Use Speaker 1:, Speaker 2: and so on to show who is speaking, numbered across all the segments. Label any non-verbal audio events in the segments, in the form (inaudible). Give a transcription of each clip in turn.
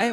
Speaker 1: 哎，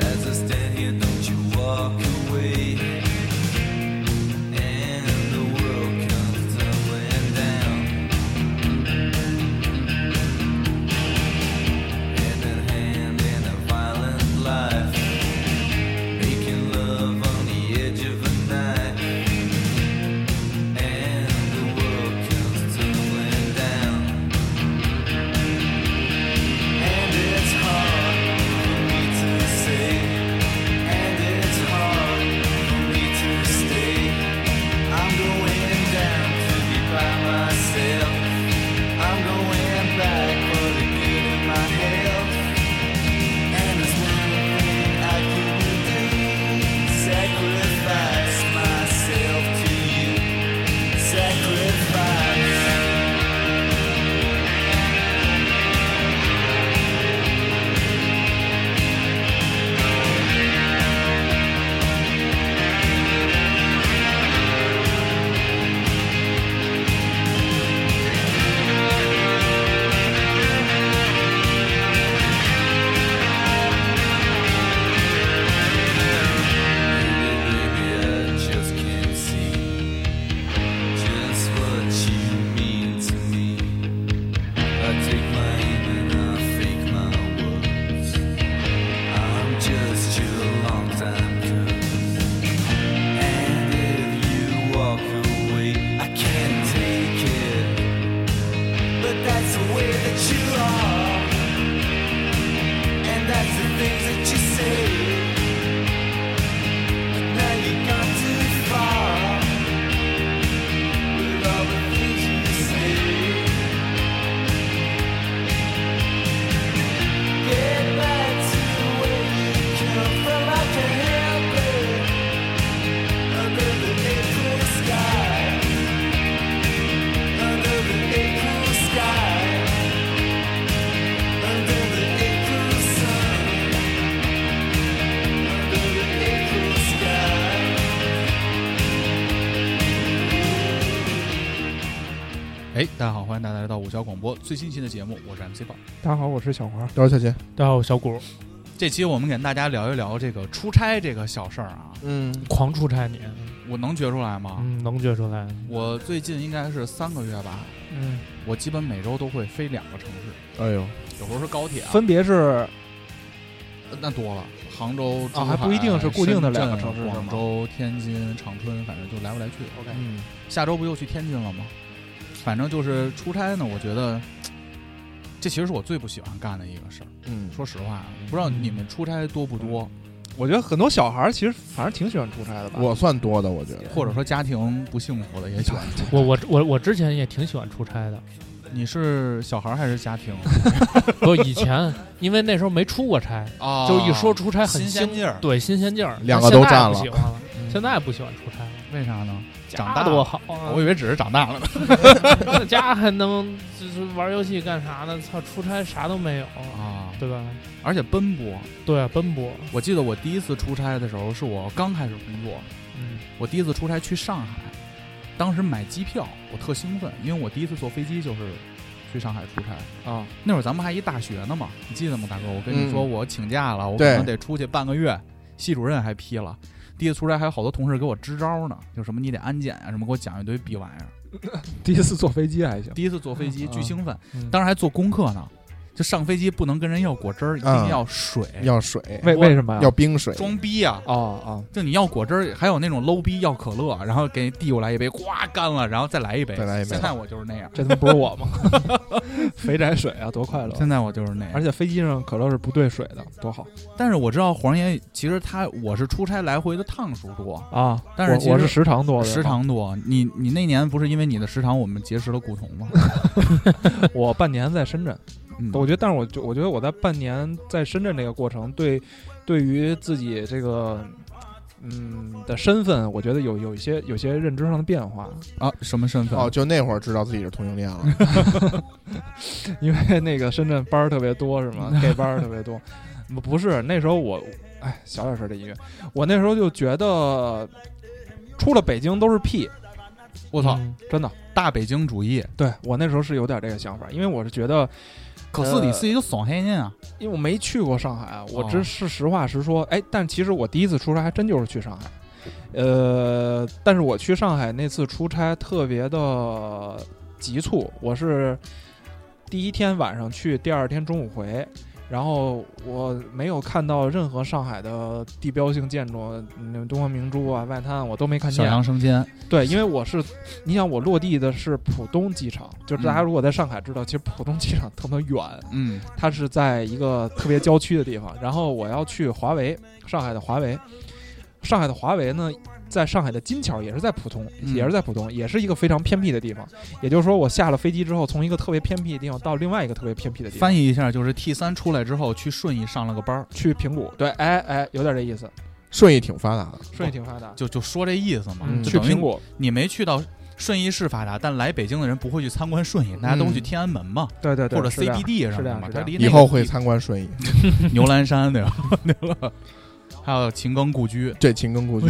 Speaker 2: As I stand here, don't you walk away? And the world comes tumbling down, hand in hand in a violent life, making love on the edge of a night, and the world comes tumbling down. And it's hard for me to say, and it's hard for me to stay. I'm going down to be by myself. I'm going back for the good of my health. And there's one thing I couldn't do, sacrifice myself to you, sacrifice. Baby, I just can't see just what you mean to me. I take my aim and I fake my words. I'm just your long time curse. And if you walk away, I can't take it. But that's the way that you are, and that's the things that you say. Now you got too far with all the things you say. Get back to where you come from. I can help it under the April sky, under the April sky, under the April sun. Under the April sky.
Speaker 3: 哎，大家好，欢迎大家来到五七八广播最新一期的节目，我是 MC 宝。
Speaker 4: 大家好，我是小黄。
Speaker 5: 多少小姐？
Speaker 4: 大家好，我小谷。
Speaker 3: 这期我们给大家聊一聊这个出差这个小事儿啊，
Speaker 5: 嗯，
Speaker 4: 狂出差你，
Speaker 3: 我能觉出来吗？
Speaker 4: 嗯，能觉出来。
Speaker 3: 我最近应该是三个月吧，
Speaker 4: 嗯，
Speaker 3: 我基本每周都会飞两个城市，
Speaker 5: 哎呦，
Speaker 3: 有时候是高铁啊，呃
Speaker 4: 分别是
Speaker 3: 那多了，杭州
Speaker 4: 啊
Speaker 3: 珠
Speaker 4: 还
Speaker 3: 海
Speaker 4: 不一定是固定的两个
Speaker 3: 深圳
Speaker 4: 城市是吗
Speaker 3: 广州、天津、长春，反正就来不来去。OK，
Speaker 4: 嗯，
Speaker 3: 下周不又去天津了吗？反正就是出差呢，我觉得这其实是我最不喜欢干的一个事儿。
Speaker 5: 嗯，
Speaker 3: 说实话，不知道你们出差多不多，
Speaker 4: 嗯我觉得很多小孩儿其实反正挺喜欢出差的吧。
Speaker 5: 我算多的，我觉得。
Speaker 3: 或者说家庭不幸福的也
Speaker 4: (laughs)
Speaker 3: 喜欢。
Speaker 6: 我我我我之前也挺喜欢出差的，
Speaker 3: 你是小孩还是家庭啊
Speaker 6: 不以前因为那时候没出过差，
Speaker 3: 啊
Speaker 6: 就是一说出差很
Speaker 3: 新鲜
Speaker 6: 兴，
Speaker 3: 劲儿，
Speaker 6: 对新鲜劲儿，
Speaker 5: 两个都
Speaker 6: 现在
Speaker 5: 占了
Speaker 6: 不喜欢了，现在不喜欢出差了，
Speaker 3: 为啥呢？长
Speaker 6: 家
Speaker 3: 大
Speaker 6: 多
Speaker 3: 了，
Speaker 6: 好啊！
Speaker 3: 我以为只是长大了呢。
Speaker 6: 在家还能就是玩游戏干啥呢？操，出差啥都没有，
Speaker 3: 啊，
Speaker 6: 对吧？
Speaker 3: 而且奔波。
Speaker 6: 对，啊奔波，
Speaker 3: 我记得我第一次出差的时候，是我刚开始工作，
Speaker 6: 嗯，
Speaker 3: 我第一次出差去上海，当时买机票，我特兴奋，因为我第一次坐飞机就是去上海出差。
Speaker 4: 啊，
Speaker 3: 那会儿咱们还一大学呢嘛，你记得吗，大哥？我跟你说，
Speaker 5: 嗯
Speaker 3: 我请假了，我可能得出去半个月，系主任还批了。第一次出差还有好多同事给我支招呢，就什么你得安检啊，什么给我讲一堆逼玩意儿。
Speaker 4: (laughs) 第一次坐飞机还行。
Speaker 3: 第一次坐飞机
Speaker 4: 嗯
Speaker 3: 巨兴奋，
Speaker 4: 嗯
Speaker 3: 当时还做功课呢，就上飞机不能跟人要果汁儿，一定
Speaker 5: 嗯
Speaker 3: 要水，
Speaker 4: 哎
Speaker 5: 要水，
Speaker 4: 为为什么呀？
Speaker 5: 要冰水，
Speaker 3: 装逼啊！
Speaker 4: 哦哦，
Speaker 3: 就你要果汁儿，还有那种 low 逼要可乐，然后给你递过来一杯，哗干了，然后再来一杯。
Speaker 5: 再来一杯
Speaker 3: 现在我就是那样，
Speaker 4: 这他妈不是我吗？ (laughs) 肥宅水啊，多快乐！
Speaker 3: 现在我就是那样。
Speaker 4: 而且飞机上可乐是不兑水的，多好
Speaker 3: 但是我知道黄爷其实他我是出差来回的趟数多，
Speaker 4: 啊！
Speaker 3: 但是
Speaker 4: 我
Speaker 3: 其实
Speaker 4: 我是时长多的，
Speaker 3: 时长多。你你那年不是因为你的时长我们结识了古潼 (laughs) 吗？
Speaker 4: 我半年在深圳，
Speaker 3: 嗯
Speaker 4: 我觉得，但是我就我觉得我在半年在深圳这个过程，对对于自己这个嗯的身份，我觉得有有一些有些认知上的变化， (laughs)
Speaker 3: 啊，什么身份？
Speaker 5: 哦，就那会儿知道自己是同性恋了。
Speaker 4: 因为那个深圳班儿特别多是吗？gay 班儿特别多，不不是那时候我，哎，小点声的音乐，我那时候就觉得出了北京都是屁，
Speaker 3: 我操，
Speaker 6: 嗯
Speaker 4: 真的，
Speaker 3: 大北京主义，
Speaker 4: 对我那时候是有点这个想法，因为我是觉得，
Speaker 3: 可是你自己就爽黑
Speaker 4: 哎
Speaker 3: 人啊！
Speaker 4: 因为我没去过上海，啊我
Speaker 3: 哦
Speaker 4: 真是实话实说，哎，但其实我第一次出差还真就是去上海。呃，但是我去上海那次出差特别的急促，我是第一天晚上去，第二天中午回，然后我没有看到任何上海的地标性建筑，嗯，东方明珠啊、外滩啊我都没看
Speaker 3: 小
Speaker 4: 见。
Speaker 3: 杨生煎，
Speaker 4: 对，因为我是，你想我落地的是浦东机场，就是大家
Speaker 3: 嗯
Speaker 4: 如果在上海知道，其实浦东机场特别远，
Speaker 3: 嗯，
Speaker 4: 它是在一个特别郊区的地方。然后我要去华为，上海的华为，上海的华为呢，在上海的金桥也是在浦东，
Speaker 3: 嗯
Speaker 4: 也是在浦东，也是一个非常偏僻的地方。也就是说，我下了飞机之后，从一个特别偏僻的地方到另外一个特别偏僻的地方，
Speaker 3: 翻译一下就是 T 三出来之后去顺义上了个班儿，
Speaker 4: 去平谷。对，哎哎，有点这意思，
Speaker 5: 顺义挺发达的，
Speaker 4: 顺义挺发达。
Speaker 3: 哦就就说这意思嘛。
Speaker 4: 嗯，
Speaker 3: 就
Speaker 4: 去
Speaker 3: 等于
Speaker 4: 平谷，
Speaker 3: 你没去到顺义是发达，但来北京的人不会去参观顺义，大家都会去
Speaker 4: 嗯
Speaker 3: 天安门嘛，
Speaker 4: 对对对，
Speaker 3: 或者
Speaker 4: 是这样
Speaker 3: CBD 上
Speaker 4: 是这样
Speaker 3: 嘛，
Speaker 4: 是这
Speaker 3: 它
Speaker 4: 样
Speaker 3: 离那个
Speaker 5: 以后会
Speaker 3: 地
Speaker 5: 参观
Speaker 4: (laughs)
Speaker 5: 顺义，
Speaker 3: 牛栏山对吧？ (laughs) 对吧？还有秦庚故居，
Speaker 5: 这秦庚
Speaker 4: (laughs)
Speaker 5: 故居，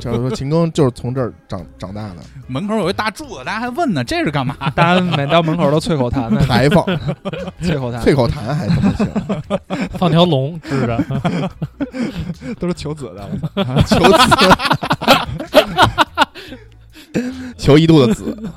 Speaker 5: 就是说秦庚就是从这儿长长大的，
Speaker 3: 门口有一大柱子，大家还问呢，这是干嘛？
Speaker 4: 大家嗯每到门口都啐口痰 (laughs) 呢，
Speaker 5: 牌坊、
Speaker 4: 啐口痰，
Speaker 5: 啐口痰还怎么
Speaker 4: (laughs)
Speaker 5: 行？
Speaker 6: 放条龙支着，
Speaker 3: (laughs)
Speaker 4: 都是求子的。
Speaker 5: 求子，求一肚子子。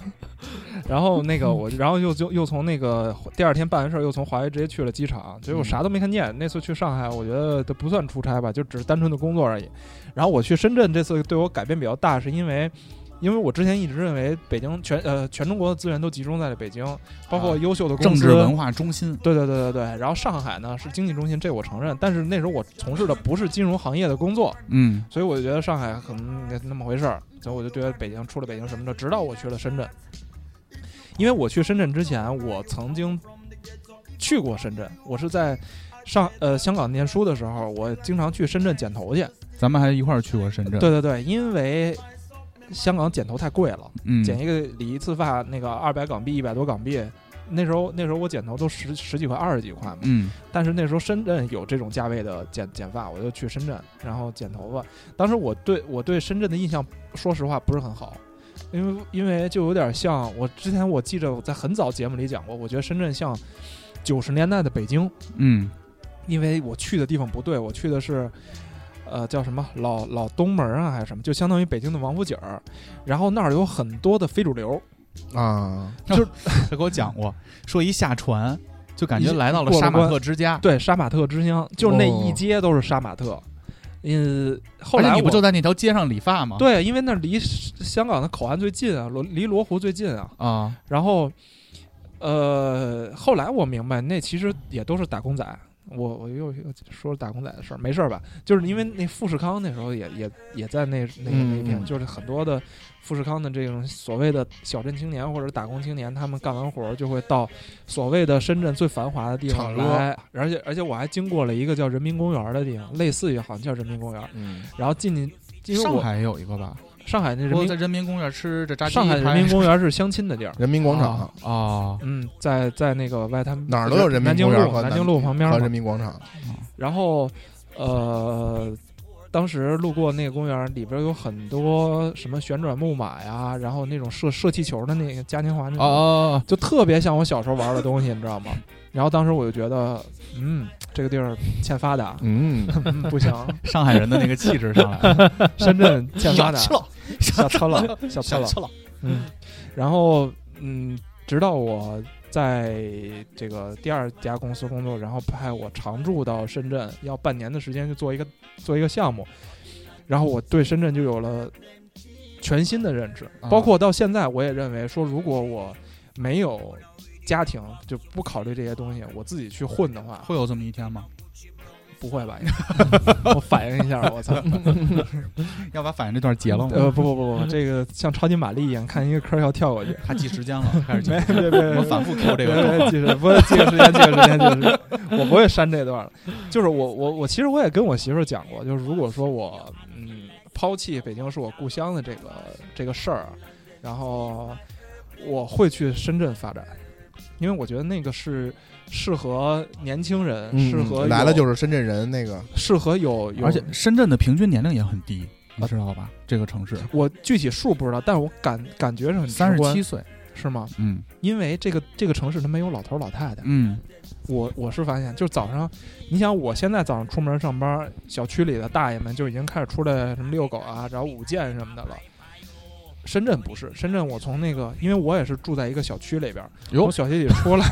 Speaker 4: 然后那
Speaker 3: (laughs)
Speaker 4: 个我，然后又就又从那个第二天办完事儿，又从华为直接去了机
Speaker 3: 嗯
Speaker 4: 场，结果啥都没看见。那次去上海，我觉得都不算出差吧，就只是单纯的工作而已。然后我去深圳，这次对我改变比较大，是因为。因为我之前一直认为北京全呃全中国的资源都集中在了北京，包括
Speaker 3: 啊
Speaker 4: 优秀的公
Speaker 3: 政
Speaker 4: 司、
Speaker 3: 治文化中心，
Speaker 4: 对对对对对。然后上海呢是经济中心，这我承认，但是那时候我从事的不是金融行业的工作，
Speaker 3: 嗯，
Speaker 4: 所以我就觉得上海可能那么回事儿，所以我就觉得北京出了北京什么的，直到我去了深圳。因为我去深圳之前，我曾经去过深圳，我是在上呃香港念书的时候，我经常去深圳剪头去。
Speaker 3: 咱们还一块儿去过深圳，
Speaker 4: 对，对对，因为香港剪头太贵了，
Speaker 3: 嗯，
Speaker 4: 剪一个理一次发那个二百港币、一百多港币。那时候那时候我剪头都十十几块、二十几块嘛，
Speaker 3: 嗯，
Speaker 4: 但是那时候深圳呃有这种价位的剪剪发，我就去深圳，然后剪头发。当时我对我对深圳的印象，说实话不是很好，因为因为就有点像我之前我记着我在很早节目里讲过，我觉得深圳像九十年代的北京，
Speaker 3: 嗯，
Speaker 4: 因为我去的地方不对，我去的是。呃，叫什么老老东门啊，还是什么？就相当于北京的王府井儿，然后那儿有很多的非主流，
Speaker 5: (laughs) 啊，
Speaker 3: 他 (laughs) 给我讲过，说一下船就感
Speaker 4: 一
Speaker 3: 觉
Speaker 4: 下
Speaker 3: 来到了
Speaker 4: 过了
Speaker 3: 杀马
Speaker 4: 关
Speaker 3: 特之家，
Speaker 4: 对，杀马特之乡，就是那一
Speaker 5: 哦
Speaker 4: 街都是杀马特。嗯，后
Speaker 3: 而且
Speaker 4: 来
Speaker 3: 你不
Speaker 4: 我
Speaker 3: 就在那条街上理发吗？
Speaker 4: 对，因为那儿离香港的口岸最近啊，罗离罗湖最近啊。
Speaker 3: 啊，
Speaker 4: 然后，呃，后来我明白，那其实也都是打工仔。我我又又说打工仔的事儿，没事儿吧？就是因为那富士康那时候也也也在那那那一片，
Speaker 5: 嗯嗯
Speaker 4: 就是很多的富士康的这种所谓的小镇青年或者打工青年，他们干完活儿就会到所谓的深圳最繁华的地方
Speaker 5: 厂桌
Speaker 4: 来，而且而且我还经过了一个叫人民公园儿的地方，类似于好像叫人民公园儿，
Speaker 5: 嗯，，
Speaker 4: 然后进去，因为
Speaker 3: 上
Speaker 4: 我
Speaker 3: 海也有一个吧，
Speaker 4: 上海那人
Speaker 3: 我
Speaker 4: 民
Speaker 3: 在人民公园吃这炸鸡
Speaker 4: 上海
Speaker 3: 排
Speaker 4: 人民公园是相亲的地儿
Speaker 5: 人民广场、
Speaker 4: 哦
Speaker 3: 啊啊，
Speaker 4: (laughs) 嗯，在在那个外滩
Speaker 5: 哪儿都有人民
Speaker 4: 南京
Speaker 5: 公园
Speaker 4: 路
Speaker 5: 和
Speaker 4: 南京路旁边
Speaker 5: 和
Speaker 4: 嘛
Speaker 5: 人民广场，，
Speaker 4: 然后呃，当时路过那个公园，里边有很多什么旋转木马呀，然后那种射射气球的那个嘉年华那
Speaker 3: 哦
Speaker 4: 种，
Speaker 3: 哦，
Speaker 4: 就特别像我小时候玩的东西，你知道吗？然后当时我就觉得，嗯，这个地儿欠发达
Speaker 5: 嗯，
Speaker 4: 嗯
Speaker 5: (laughs)
Speaker 4: 不行，
Speaker 3: 哦上海人的那个气质上来了，
Speaker 4: 深圳欠发达，
Speaker 3: 了，
Speaker 5: (laughs)
Speaker 4: 小操了，小操
Speaker 3: 想
Speaker 4: 了。
Speaker 3: 吃了，
Speaker 4: 嗯，然后嗯，直到我在这个第二家公司工作，然后派我常驻到深圳，要半年的时间去做一个做一个项目，然后我对深圳就有了全新的认知，
Speaker 3: 啊
Speaker 4: 包括到现在我也认为说，如果我没有家庭，就不考虑这些东西，我自己去混的话，
Speaker 3: (laughs) 会有这么一天吗？
Speaker 4: 不会 (laughs) 吧？我反应一下，我操！
Speaker 3: 要把反应这段截了
Speaker 4: 呃，
Speaker 3: 吗？
Speaker 4: 不不不不，这个像超级玛丽一样，看一个坑儿要跳过去。
Speaker 3: 他计时间了， (laughs) 开始计
Speaker 4: 没
Speaker 3: 时间，
Speaker 4: 没没
Speaker 3: 我反复 Q 这个，
Speaker 4: 对，记着，不是记个时间，记个时间，记个时间。我不会删这段了。就是我我我，其实我也跟我媳妇儿讲过，就是如果说我嗯抛弃北京是我故乡的这个这个事儿，啊然后我会去深圳发展，因为我觉得那个是适合年轻人，
Speaker 5: 嗯
Speaker 4: 适合有
Speaker 5: 来了就是深圳人那个，
Speaker 4: 适合有有，
Speaker 3: 而且深圳的平均年龄也很低，你知道吧？这个城市
Speaker 4: 我具体数不知道，但是我感感觉是很直
Speaker 3: 三十
Speaker 4: 观
Speaker 3: 七岁，
Speaker 4: 是吗？
Speaker 3: 嗯
Speaker 4: 因为这个这个城市它没有老头老太太，
Speaker 3: 嗯，
Speaker 4: 我我是发现，就是早上，你想我现在早上出门上班，小区里的大爷们就已经开始出来什么遛狗啊，然后舞剑什么的了。深圳不是，深圳我从那个，因为我也是住在一个小区里边儿，
Speaker 3: 哟
Speaker 4: 从小区里
Speaker 3: (laughs)
Speaker 4: 出来，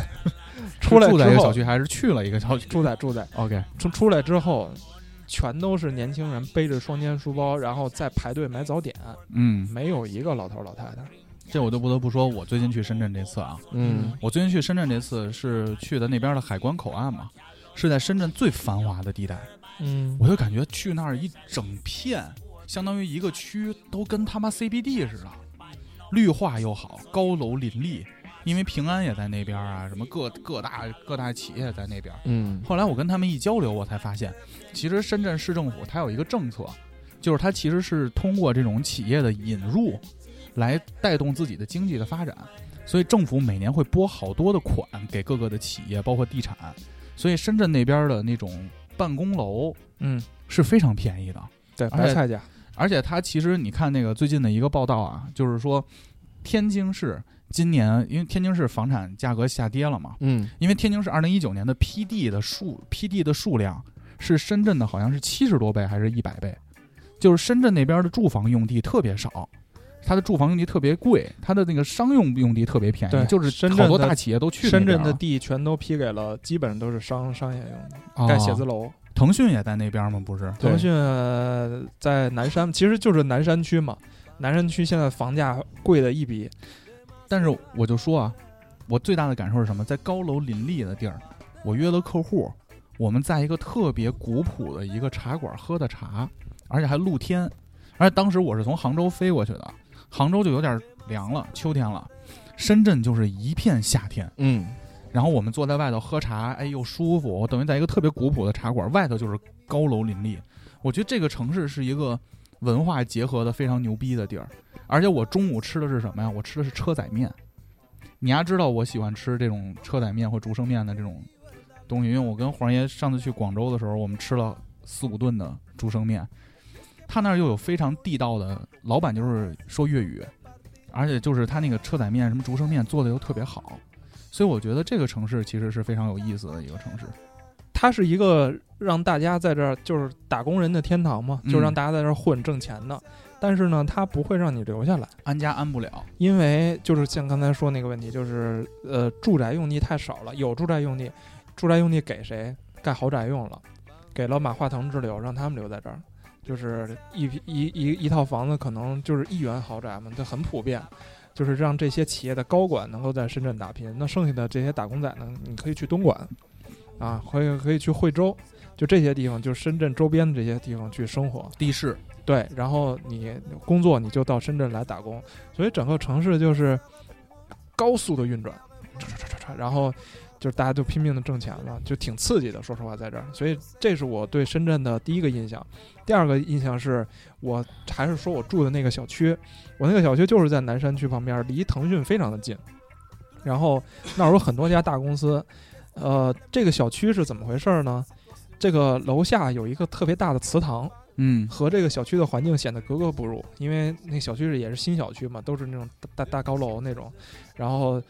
Speaker 4: 出来
Speaker 3: 住在一
Speaker 4: 之
Speaker 3: 个
Speaker 4: 后
Speaker 3: 小区还是去了一个小区？
Speaker 4: 住在住在
Speaker 3: OK，
Speaker 4: 出出来之后，全都是年轻人背着双肩书包，然后在排队买早点，
Speaker 3: (laughs) 嗯，
Speaker 4: 没有一个老头老太太。
Speaker 3: 这我就不得不说，我最近去深圳这次啊，
Speaker 5: 嗯，
Speaker 3: 我最近去深圳这次是去的那边的海关口岸嘛，是在深圳最繁华的地带，
Speaker 4: 嗯
Speaker 3: 我就感觉去那儿一整片，相当于一个区都跟他妈 CBD 似的，绿化又好，高楼林立，因为平安也在那边啊，什么各各大各大企业也在那边。
Speaker 5: 嗯，
Speaker 3: 后来我跟他们一交流，我才发现，其实深圳市政府它有一个政策，就是它其实是通过这种企业的引入，来带动自己的经济的发展。所以政府每年会拨好多的款给各个的企业，包括地产。所以深圳那边的那种办公楼
Speaker 4: 嗯，
Speaker 3: 是非常便宜的，
Speaker 4: 对，
Speaker 3: 而且哎
Speaker 4: 白菜价，
Speaker 3: 而且它其实你看那个最近的一个报道啊，就是说天津市今年因为天津市房产价格下跌了嘛，
Speaker 5: 嗯，
Speaker 3: 因为天津市二零一九年的 PD 的数 PD 的数量是深圳的好像是七十多倍还是一百倍，就是深圳那边的住房用地特别少，它的住房用地特别贵，它的那个商用用地特别便
Speaker 4: 对
Speaker 3: 宜，就
Speaker 4: 深
Speaker 3: 是
Speaker 4: 圳
Speaker 3: 好多
Speaker 4: 的
Speaker 3: 大企业都去那
Speaker 4: 深
Speaker 3: 边
Speaker 4: 圳
Speaker 3: 啊
Speaker 4: 的地全都批给了，基本上都是商商业用的，
Speaker 3: 哦
Speaker 4: 盖写字楼。
Speaker 3: 腾讯也在那边吗？不是，
Speaker 5: 对
Speaker 4: 腾讯呃在南山，其实就是南山区嘛。南山区现在房价贵的一笔，
Speaker 3: 但是我就说啊，我最大的感受是什么？在高楼林立的地儿，我约了客户，我们在一个特别古朴的一个茶馆喝的茶，而且还露天。而且当时我是从杭州飞过去的，杭州就有点凉了，秋天了。深圳就是一片夏天，
Speaker 5: 嗯，
Speaker 3: 然后我们坐在外头喝茶，哎，又舒服。我等于在一个特别古朴的茶馆，外头就是高楼林立。我觉得这个城市是一个文化结合的非常牛逼的地儿。而且我中午吃的是什么呀？我吃的是车仔面。你丫知道我喜欢吃这种车仔面或竹升面的这种东西，因为我跟黄爷上次去广州的时候，我们吃了四五顿的竹升面。他那儿又有非常地道的，老板就是说粤语，而且就是他那个车仔面、什么竹升面做的又特别好。所以我觉得这个城市其实是非常有意思的一个城市。
Speaker 4: 它是一个让大家在这儿就是打工人的天堂嘛，
Speaker 3: 嗯
Speaker 4: 就让大家在这儿混挣钱的。但是呢，它不会让你留下来，
Speaker 3: 安家安不了，
Speaker 4: 因为就是像刚才说那个问题，就是呃，住宅用地太少了，有住宅用地，住宅用地给谁盖豪宅用了，给了马化腾之流，让他们留在这儿。就是一批一一一套房子，可能就是一元豪宅嘛，这很普遍。就是让这些企业的高管能够在深圳打拼，那剩下的这些打工仔呢，你可以去东莞，啊，可以可以去惠州，就这些地方，就是深圳周边的这些地方去生活。
Speaker 3: 地势
Speaker 4: 对，然后你工作你就到深圳来打工，所以整个城市就是高速的运转，唰唰唰唰唰然后就是大家就拼命的挣钱了，就挺刺激的。说实话，在这儿，所以这是我对深圳的第一个印象。第二个印象是我还是说我住的那个小区，我那个小区就是在南山区旁边，离腾讯非常的近，然后那儿有很多家大公司。呃，这个小区是怎么回事儿呢？这个楼下有一个特别大的祠堂，
Speaker 3: 嗯，
Speaker 4: 和这个小区的环境显得格格不入，因为那小区也是新小区嘛，都是那种大大大高楼那种，然后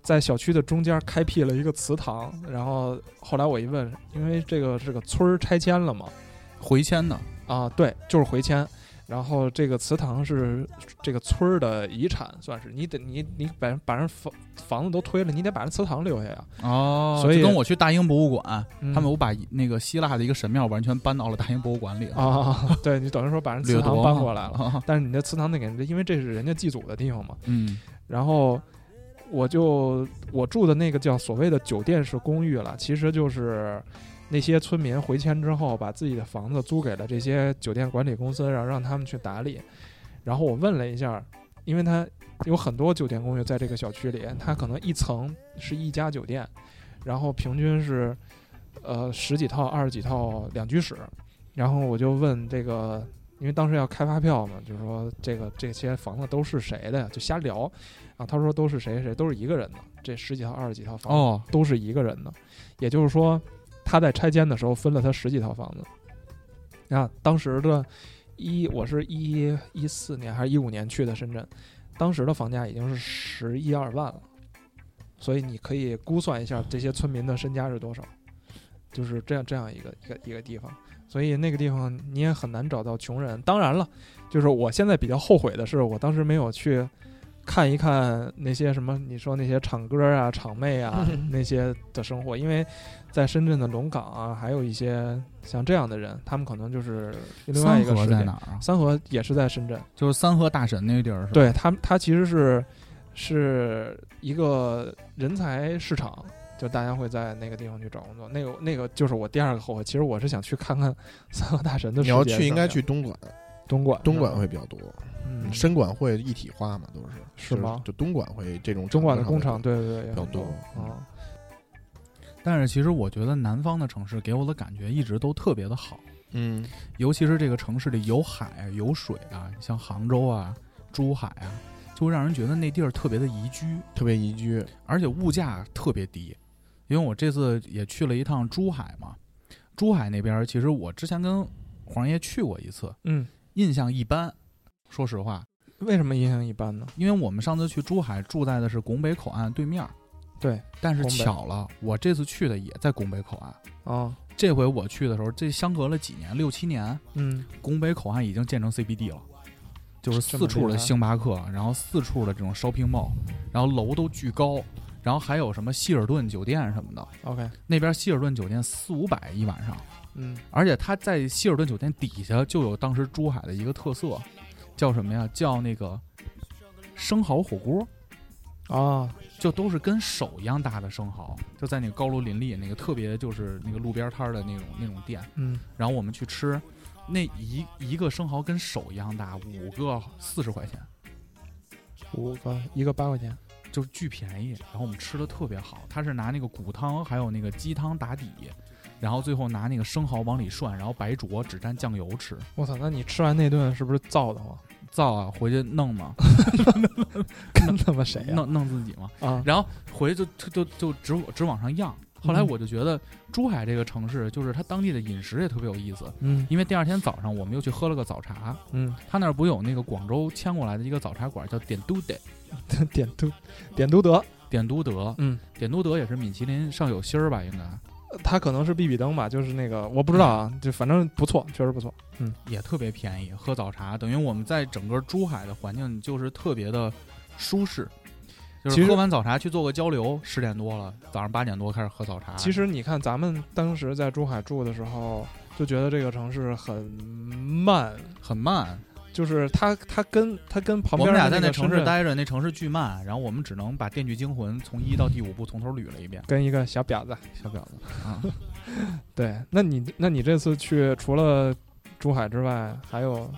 Speaker 4: 在小区的中间开辟了一个祠堂，然后后来我一问，因为这个这个村儿拆迁了嘛，
Speaker 3: 回迁的，
Speaker 4: 啊，对，就是回迁。然后这个祠堂是这个村儿的遗产，算是你得你你把人把人房房子都推了，你得把人祠堂留下呀。
Speaker 3: 哦
Speaker 4: 所以
Speaker 3: 就跟我去大英博物馆，
Speaker 4: 嗯
Speaker 3: 他们我把那个希腊的一个神庙完全搬到了大英博物馆里了，
Speaker 4: 啊，对你等于说把人
Speaker 3: 哦
Speaker 4: 祠
Speaker 3: 掠
Speaker 4: 堂
Speaker 3: 夺哦
Speaker 4: 搬
Speaker 3: 嘛啊
Speaker 4: 过来了，，但是你的祠堂得给人家，因为这是人家祭祖的地方嘛。
Speaker 3: 嗯
Speaker 4: 然后我就我住的那个叫所谓的酒店式公寓了，其实就是那些村民回迁之后，把自己的房子租给了这些酒店管理公司，然后让他们去打理。然后我问了一下，因为他有很多酒店公寓在这个小区里，它可能一层是一家酒店，然后平均是呃十几套、二十几套两居室。然后我就问这个因为当时要开发票嘛，就是说这个这些房子都是谁的呀，就瞎聊。啊，他说都是谁谁都是一个人的，这十几套二十几套房子
Speaker 3: 哦，
Speaker 4: 都是一个人的，也就是说，他在拆迁的时候分了他十几套房子。啊，当时的一我是一一四年还是一五年去的深圳，当时的房价已经是十一二万了，所以你可以估算一下这些村民的身家是多少，就是这样这样一个一个一个地方。所以那个地方你也很难找到穷人。当然了，就是我现在比较后悔的是，我当时没有去看一看那些什么你说那些厂哥啊、厂妹
Speaker 3: (laughs)
Speaker 4: 啊那些的生活，因为在深圳的龙岗啊，还有一些像这样的人，他们可能就是另外
Speaker 3: 三
Speaker 4: 一个
Speaker 3: 河
Speaker 4: 世
Speaker 3: 在
Speaker 4: 界
Speaker 3: 哪。儿啊？
Speaker 4: 三河也是在深圳，
Speaker 3: 就是三河大神那个地儿是吧？
Speaker 4: 对他，他其实是是一个人才市场，就大家会在那个地方去找工作。那个那个就是我第二个后悔，其实我是想去看看三河大神的
Speaker 5: 你
Speaker 4: 世界
Speaker 5: 要
Speaker 4: 是什么样。
Speaker 5: 去应该去东莞，
Speaker 4: 东莞，
Speaker 5: 东莞会比较多，
Speaker 4: 嗯，
Speaker 5: 深莞会一体化嘛，都是
Speaker 4: 是吗
Speaker 5: 就东莞会这种
Speaker 4: 东莞的
Speaker 5: 厂
Speaker 4: 工
Speaker 5: 商
Speaker 4: 厂，对对对，也
Speaker 5: 比较
Speaker 4: 很多
Speaker 5: 多嗯
Speaker 4: 啊。
Speaker 3: 但是其实我觉得南方的城市给我的感觉一直都特别的好，
Speaker 5: 嗯，
Speaker 3: 尤其是这个城市里有海有水啊，像杭州啊、珠海啊，就会让人觉得那地儿特别的宜居，
Speaker 5: 特别宜居，
Speaker 3: 而且物价特别低。因为我这次也去了一趟珠海嘛，珠海那边儿其实我之前跟黄爷去过一次，
Speaker 4: 嗯，
Speaker 3: 印象一般，说实话，
Speaker 4: 为什么印象一般呢？
Speaker 3: 因为我们上次去珠海住在的是拱北口岸对面儿，
Speaker 4: 对
Speaker 3: 但是
Speaker 4: 拱北
Speaker 3: 巧了，我这次去的也在拱北口岸。
Speaker 4: 啊，
Speaker 3: 这回我去的时候，这相隔了几年，六七年，
Speaker 4: 嗯，
Speaker 3: 拱北口岸已经建成 CBD 了，就是四
Speaker 4: 这么
Speaker 3: 处
Speaker 4: 厉
Speaker 3: 的
Speaker 4: 害
Speaker 3: 星巴克，然后四处的这种 shopping mall，然后楼都巨高，然后还有什么希尔顿酒店什么的，
Speaker 4: OK，
Speaker 3: 那边希尔顿酒店四五百一晚上，
Speaker 4: 嗯，
Speaker 3: 而且它在希尔顿酒店底下就有当时珠海的一个特色，叫什么呀？叫那个生蚝火锅，
Speaker 4: 啊，
Speaker 3: 就都是跟手一样大的生蚝，就在那个高楼林立那个特别就是那个路边摊儿的那种那种店，
Speaker 4: 嗯，
Speaker 3: 然后我们去吃，那一一个生蚝跟手一样大，五个四十块钱，
Speaker 4: 五个一个八块钱，
Speaker 3: 就是巨便宜。然后我们吃的特别好，他是拿那个骨汤还有那个鸡汤打底，然后最后拿那个生蚝往里涮，然后白灼，只蘸酱油吃。
Speaker 4: 我操，那你吃完那顿是不是燥的慌？ (laughs)
Speaker 3: 造啊，回去弄嘛，
Speaker 4: 跟他妈谁哎呀？
Speaker 3: 弄弄自己嘛，
Speaker 4: 啊，
Speaker 3: 然后回去就就就就只只往上漾。后来我就觉得珠海这个城市，就是它当地的饮食也特别有意思，
Speaker 4: 嗯
Speaker 3: 因为第二天早上我们又去喝了个早茶，
Speaker 4: 嗯， (laughs)
Speaker 3: 他那儿不有那个广州迁过来的一个早茶馆叫点都得，
Speaker 4: 点都点都德，
Speaker 3: 点都德，
Speaker 4: 嗯，
Speaker 3: 点都德也是米其林上有星儿吧，应该
Speaker 4: 它可能是必比登吧，就是那个我不知
Speaker 3: 嗯
Speaker 4: 道啊，就反正不错，确实不错。
Speaker 3: 也特别便宜。喝早茶，等于我们在整个珠海的环境就是特别的舒适，就
Speaker 4: 其
Speaker 3: 是
Speaker 4: 实
Speaker 3: 喝完早茶去做个交流，十点多了，早上八点多开始喝早茶。
Speaker 4: 其实你看，咱们当时在珠海住的时候，就觉得这个城市很慢，
Speaker 3: 很慢，
Speaker 4: 就是它它跟它跟旁
Speaker 3: 我
Speaker 4: 边
Speaker 3: 们俩
Speaker 4: 的
Speaker 3: 在
Speaker 4: 那
Speaker 3: 那
Speaker 4: 个
Speaker 3: 城
Speaker 4: 深
Speaker 3: 市
Speaker 4: 圳
Speaker 3: 待着，那城市巨慢，然后我们只能把《电锯惊魂》从一到第五部从头捋了一遍。
Speaker 4: 跟一个小婊子。
Speaker 3: 小婊子啊，
Speaker 4: (laughs) 对，那你那你这次去除了珠海之外，还有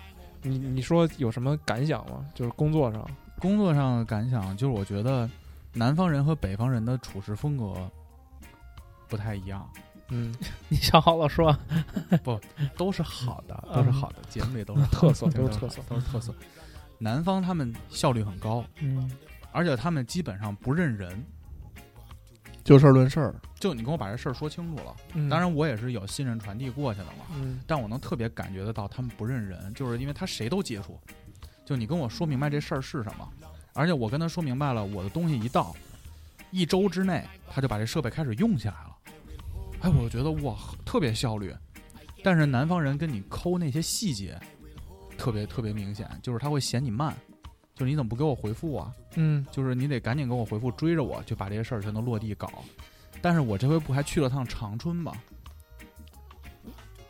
Speaker 4: 你你说有什么感想吗？就是工作上，
Speaker 3: 工作上的感想就是，我觉得南方人和北方人的处事风格不太一样，
Speaker 4: 嗯，
Speaker 6: 你想好了说，
Speaker 3: 都是好的，都是好的，节目里都是好的
Speaker 4: 特色
Speaker 3: 对
Speaker 4: 都
Speaker 3: 都
Speaker 4: 是
Speaker 3: 是特
Speaker 4: 特色
Speaker 3: 色，都是特色。南方他们效率很高，
Speaker 6: 嗯，
Speaker 3: 而且他们基本上不认人，
Speaker 5: 就事儿论事儿，
Speaker 3: 就你跟我把这事儿说清楚了。
Speaker 4: 嗯
Speaker 3: 当，然，我也是有信任传递过去的嘛，
Speaker 4: 嗯
Speaker 3: 但我能特别感觉得到他们不认人，就是因为他谁都接触，就你跟我说明白这事儿是什么，而且我跟他说明白了，我的东西一到，一周之内他就把这设备开始用起来了，哎，我就觉得哇，特别效率。但是南方人跟你抠那些细节，特别特别明显，就是他会嫌你慢，就是你怎么不给我回复啊？
Speaker 4: 嗯
Speaker 3: 就是你得赶紧给我回复，追着我就把这些事儿全都落地搞。但是我这回不还去了趟长春吗？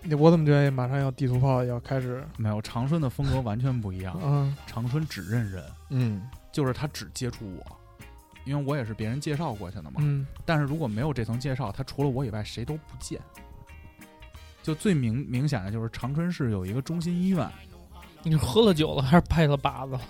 Speaker 4: 你嗯我怎么觉得马上要地图炮要开始，
Speaker 3: 没有，长春的风格完全不一样。
Speaker 4: 嗯
Speaker 3: 长春只认人，
Speaker 5: 嗯，
Speaker 3: 就是他只接触我，因为我也是别人介绍过去的嘛。
Speaker 4: 嗯
Speaker 3: 但是如果没有这层介绍，他除了我以外谁都不见。就最明明显的就是长春市有一个中心医院，
Speaker 6: 你是喝了酒了还是拜了把子了？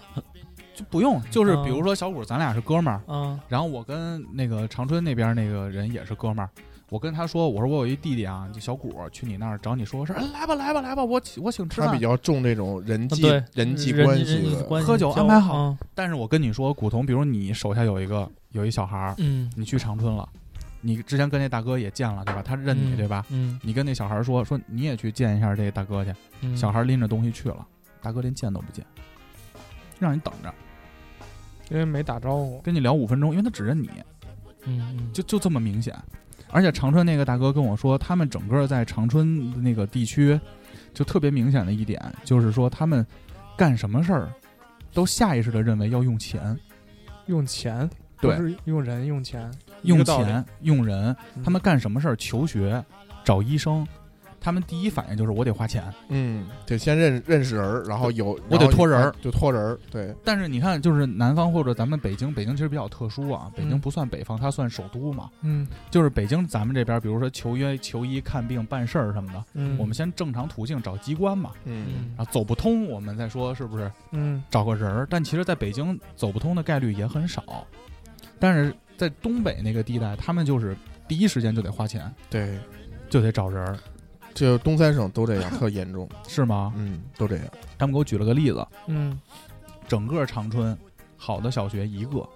Speaker 3: 就不用，就是
Speaker 6: 嗯
Speaker 3: 比如说小谷，咱俩是哥们儿，
Speaker 6: 啊，
Speaker 3: 然后我跟那个长春那边那个人也是哥们儿，我跟他说，我说我有一弟弟啊，就小谷儿，去你那儿找你说个事儿，哎来吧来吧来吧，我请我请吃
Speaker 5: 他
Speaker 3: 饭
Speaker 5: 比。较重这种人际
Speaker 6: 啊哦对
Speaker 5: 人际
Speaker 6: 人
Speaker 5: 关
Speaker 6: 人
Speaker 5: 系
Speaker 6: 际
Speaker 5: 的，
Speaker 6: 关系
Speaker 3: 喝酒
Speaker 6: 交
Speaker 3: 安排好
Speaker 6: 嗯
Speaker 3: 但是我跟你说，古潼，比如你手下有一个有一小孩儿，
Speaker 6: 嗯
Speaker 3: 你去长春了，你之前跟那大哥也见了对吧？他认你、
Speaker 6: 嗯
Speaker 3: 对吧？
Speaker 6: 嗯，
Speaker 3: 你跟那小孩儿说说你也去见一下这大哥去，
Speaker 6: 嗯
Speaker 3: 小孩儿拎着东西去了，大哥连见都不见，让你等着，
Speaker 4: 因为没打招呼。
Speaker 3: 跟你聊五分钟，因为他只认你，
Speaker 6: 嗯嗯
Speaker 3: 就就这么明显。而且长春那个大哥跟我说，他们整个在长春的那个地区，就特别明显的一点就是说，他们干什么事儿都下意识的认为要用钱，
Speaker 4: 用钱，
Speaker 3: 对
Speaker 4: 不是用人用钱，一
Speaker 3: 用
Speaker 4: 个道理
Speaker 3: 钱，用人。
Speaker 4: 嗯
Speaker 3: 他们干什么事儿？求学、找医生，他们第一反应就是我得花钱。
Speaker 5: 嗯，得先认认识人儿，然后有
Speaker 3: 我得
Speaker 5: 然后
Speaker 3: 托人儿
Speaker 5: 哎就托人儿，对，
Speaker 3: 但是你看，就是南方或者咱们北京，北京其实比较特殊啊，北京
Speaker 4: 嗯
Speaker 3: 不算北方，它算首都嘛。
Speaker 4: 嗯
Speaker 3: 就是北京咱们这边，比如说求医、求医、看病、办事儿什么的，
Speaker 4: 嗯，
Speaker 3: 我们先正常途径找机关嘛，
Speaker 5: 嗯，
Speaker 3: 啊，走不通我们再说是不是
Speaker 4: 嗯
Speaker 3: 找个人儿？但其实在北京走不通的概率也很少，但是在东北那个地带，他们就是第一时间就得花钱，
Speaker 5: 对，
Speaker 3: 就得找人儿，
Speaker 5: 这东三省都这样，特严重，
Speaker 3: 是吗？
Speaker 5: 嗯，都这样，
Speaker 3: 他们给我举了个例子，
Speaker 4: 嗯
Speaker 3: 整个长春好的小学一个。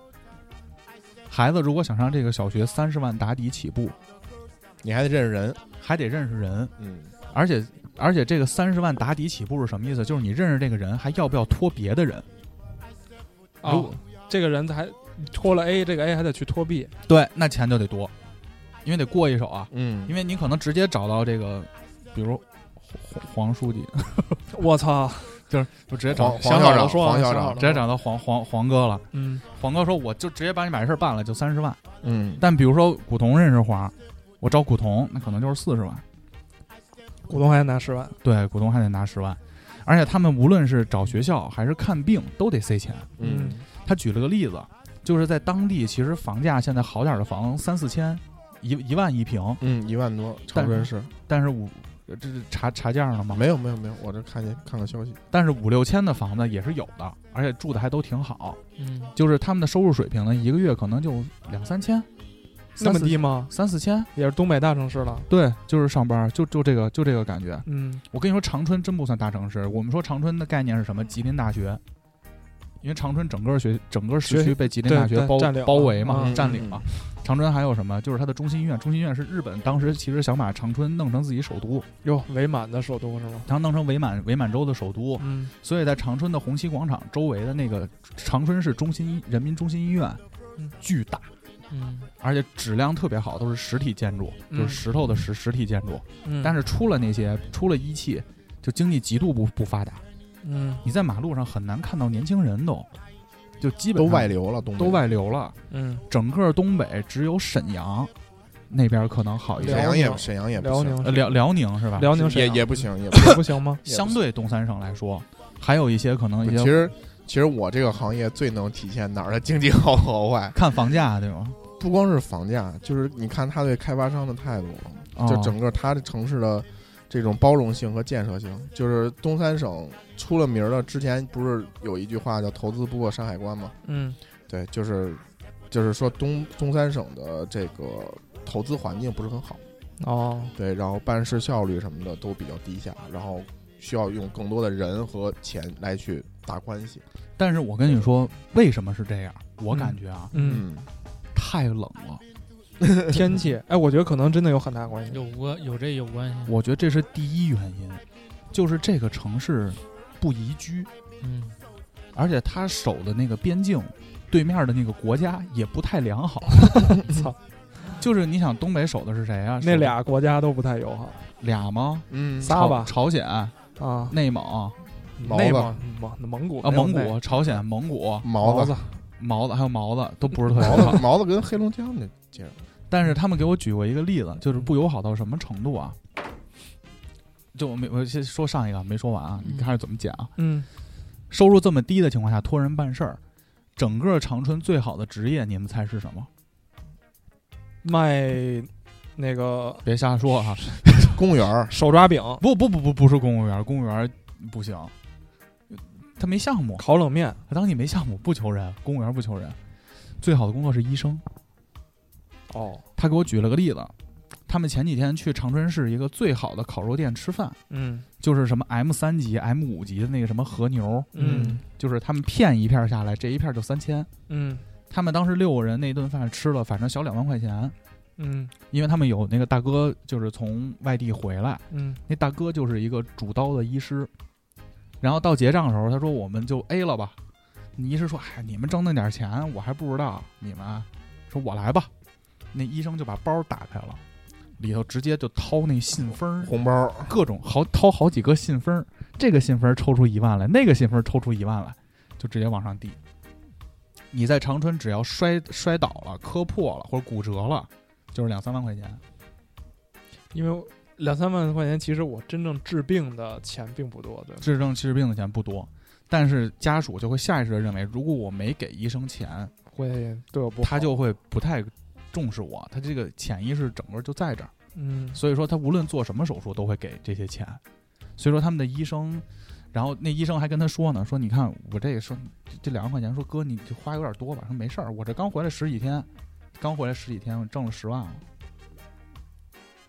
Speaker 3: 孩子如果想上这个小学，三十万打底起步，
Speaker 5: 你还得认识人，
Speaker 3: 还得认识人，
Speaker 5: 嗯，
Speaker 3: 而且而且这个三十万打底起步是什么意思？就是你认识这个人，还要不要托别的人？
Speaker 4: 啊、
Speaker 3: 如
Speaker 4: 这个人还拖了 A，这个 A 还得去拖 B，
Speaker 3: 对，那钱就得多，因为得过一手啊。
Speaker 5: 嗯，
Speaker 3: 因为你可能直接找到这个，比如黄黄书记， (laughs)
Speaker 4: 我操，
Speaker 3: 就是就直接找
Speaker 5: 黄黄
Speaker 4: 想
Speaker 5: 校
Speaker 4: 好了
Speaker 5: 长，
Speaker 4: 说啊，
Speaker 5: 黄校
Speaker 4: 想
Speaker 5: 长，
Speaker 4: 好了
Speaker 3: 直接
Speaker 4: 说
Speaker 3: 找到黄黄黄哥了。
Speaker 4: 嗯
Speaker 3: 黄哥说，我就直接把你把这事儿办了，就三十万。
Speaker 5: 嗯，
Speaker 3: 但比如说古潼认识黄，我找古潼，那可能就是四十万。
Speaker 4: 股东还拿十万，
Speaker 3: 对，股东还得拿十万，而且他们无论是找学校还是看病都得塞钱。
Speaker 5: 嗯，
Speaker 3: 他举了个例子，就是在当地其实房价现在好点儿的房三四千，一一万一平，
Speaker 5: 嗯，一万多，
Speaker 3: 但
Speaker 5: 长春市
Speaker 3: 但是五这是查查价了吗？
Speaker 5: 没有没有没有，我这看见看看消息，
Speaker 3: 但是五六千的房子也是有的，而且住的还都挺好。
Speaker 6: 嗯
Speaker 3: 就是他们的收入水平呢，一个月可能就两三千，
Speaker 4: 那么
Speaker 3: 三四
Speaker 4: 低吗？
Speaker 3: 三四千。
Speaker 4: 也是东北大城市了，
Speaker 3: 对，就是上班就就这个就这个感觉。
Speaker 4: 嗯
Speaker 3: 我跟你说，长春真不算大城市。我们说长春的概念是什么？吉林大学，因为长春整个学整个市区
Speaker 4: 学
Speaker 3: 被吉林大
Speaker 4: 对
Speaker 3: 学
Speaker 4: 对
Speaker 3: 包
Speaker 4: 占领了
Speaker 3: 包围嘛，
Speaker 4: 嗯
Speaker 3: 占领嘛。长春还有什么？就是它的中心医院，中心医院是日本当时其实想把长春弄成自己首都，
Speaker 4: 哟，伪满的首都是吗？
Speaker 3: 想弄成伪满伪满洲的首都。
Speaker 4: 嗯
Speaker 3: 所以在长春的红旗广场周围的那个长春市中心医人民中心医院
Speaker 4: 嗯，
Speaker 3: 巨大，
Speaker 6: 嗯
Speaker 3: 而且质量特别好，都是实体建筑，就
Speaker 4: 嗯
Speaker 3: 是石头的石实体建筑。
Speaker 4: 嗯，
Speaker 3: 但是出了那些出了一汽，就经济极度不不发达。
Speaker 4: 嗯
Speaker 3: 你在马路上很难看到年轻人都，就基本
Speaker 5: 都
Speaker 3: 上
Speaker 5: 外流了，东北
Speaker 3: 都，外流了。
Speaker 4: 嗯
Speaker 3: 整个东北只有沈阳那边可能好一
Speaker 5: 沈
Speaker 3: 些，
Speaker 5: 阳
Speaker 4: 辽
Speaker 5: 也
Speaker 4: 宁
Speaker 5: 沈阳也不
Speaker 4: 辽
Speaker 5: 行
Speaker 4: 宁
Speaker 3: 呃，辽辽宁是吧？
Speaker 4: 辽宁沈
Speaker 5: 也
Speaker 4: 阳
Speaker 5: 也不行，也不
Speaker 4: 也不行吗？
Speaker 3: 相对东三省来说，还有一些可能一
Speaker 5: 其
Speaker 3: 些
Speaker 5: 实，其实我这个行业最能体现哪儿的经济好和坏，
Speaker 3: 看房价对吗？
Speaker 5: 不光是房价，就是你看他对开发商的态度，
Speaker 3: 哦
Speaker 5: 就整个他的城市的这种包容性和建设性。就是东三省出了名儿的，之前不是有一句话叫“投资不过山海关”吗？
Speaker 4: 嗯
Speaker 5: 对，就是就是说东东三省的这个投资环境不是很好，
Speaker 4: 哦，
Speaker 5: 对，然后办事效率什么的都比较低下，然后需要用更多的人和钱来去打关系。
Speaker 3: 但是我跟你说，为什么是这样？我感觉啊，
Speaker 4: 嗯，，
Speaker 3: 太冷了。
Speaker 4: 天气，哎，我觉得可能真的有很大关系。
Speaker 6: 有关有这有关系，
Speaker 3: 我觉得这是第一原因，就是这个城市不宜居，
Speaker 6: 嗯
Speaker 3: 而且它守的那个边境对面的那个国家也不太良好。
Speaker 4: (laughs) 操，
Speaker 3: (laughs) 就是你想东北守的是谁啊？
Speaker 4: 那
Speaker 3: 守
Speaker 4: 俩国家都不太友好
Speaker 3: 俩吗？
Speaker 5: 嗯，
Speaker 4: 仨吧
Speaker 3: 朝朝鲜、
Speaker 4: 啊，
Speaker 3: 内蒙啊，
Speaker 5: 毛
Speaker 4: 内
Speaker 5: 子
Speaker 4: 蒙蒙啊蒙古没有
Speaker 3: 蒙
Speaker 4: 内嗯
Speaker 3: 古、朝鲜、蒙古、
Speaker 5: 毛
Speaker 4: 毛
Speaker 5: 子
Speaker 4: 子，
Speaker 3: 毛子还有毛子都不是特别
Speaker 5: 毛
Speaker 3: 好
Speaker 5: 子。毛子跟黑龙江那接壤。
Speaker 3: 但是他们给我举过一个例子，就是不友好到什么程度啊？就我没我先说上一个没说完啊，你
Speaker 6: 嗯
Speaker 3: 看是怎么讲啊？
Speaker 4: 嗯
Speaker 3: 收入这么低的情况下托人办事儿，整个长春最好的职业，你们猜是什么？
Speaker 4: 卖那个
Speaker 3: 别瞎说啊！
Speaker 5: 公园儿
Speaker 4: 手抓饼、
Speaker 3: 不不不不，不是公务员，公务员不行，他没项目，
Speaker 4: 烤冷面，
Speaker 3: 他当地没项目，不求人，公务员不求人。最好的工作是医生，
Speaker 4: 哦，
Speaker 3: 他给我举了个例子，他们前几天去长春市一个最好的烤肉店吃饭，
Speaker 4: 嗯
Speaker 3: 就是什么 M 三级、M 五级的那个什么和牛，
Speaker 4: 嗯
Speaker 3: 就是他们片一片下来，这一片就三千。
Speaker 4: 嗯
Speaker 3: 他们当时六个人那顿饭吃了，反正小两万块钱，
Speaker 4: 嗯
Speaker 3: 因为他们有那个大哥就是从外地回来，
Speaker 4: 嗯
Speaker 3: 那大哥就是一个主刀的医师，然后到结账的时候，他说我们就 A 了吧。你医师说，哎，你们挣那点钱，我还不知道，你们啊说我来吧。那医生就把包打开了，里头直接就掏那信封儿，
Speaker 5: 红包，
Speaker 3: 各种好掏好几个信封儿，这个信封儿抽出一万来，那个信封儿抽出一万来，就直接往上递。你在长春只要摔摔倒了、磕破了或者骨折了，就是两三万块钱。
Speaker 4: 因为两三万块钱，其实我真正治病的钱并不多，对吧？
Speaker 3: 治症治病的钱不多，但是家属就会下意识的认为，如果我没给医生钱，
Speaker 4: 会对我不好
Speaker 3: 他就会不太重视我，他这个潜意识整个就在这儿。
Speaker 4: 嗯
Speaker 3: 所以说他无论做什么手术都会给这些钱。所以说他们的医生，然后那医生还跟他说呢，说你看我这个说这这两万块钱，说哥你这花有点多吧，说没事儿，我这刚回来十几天，刚回来十几天我挣了十万了，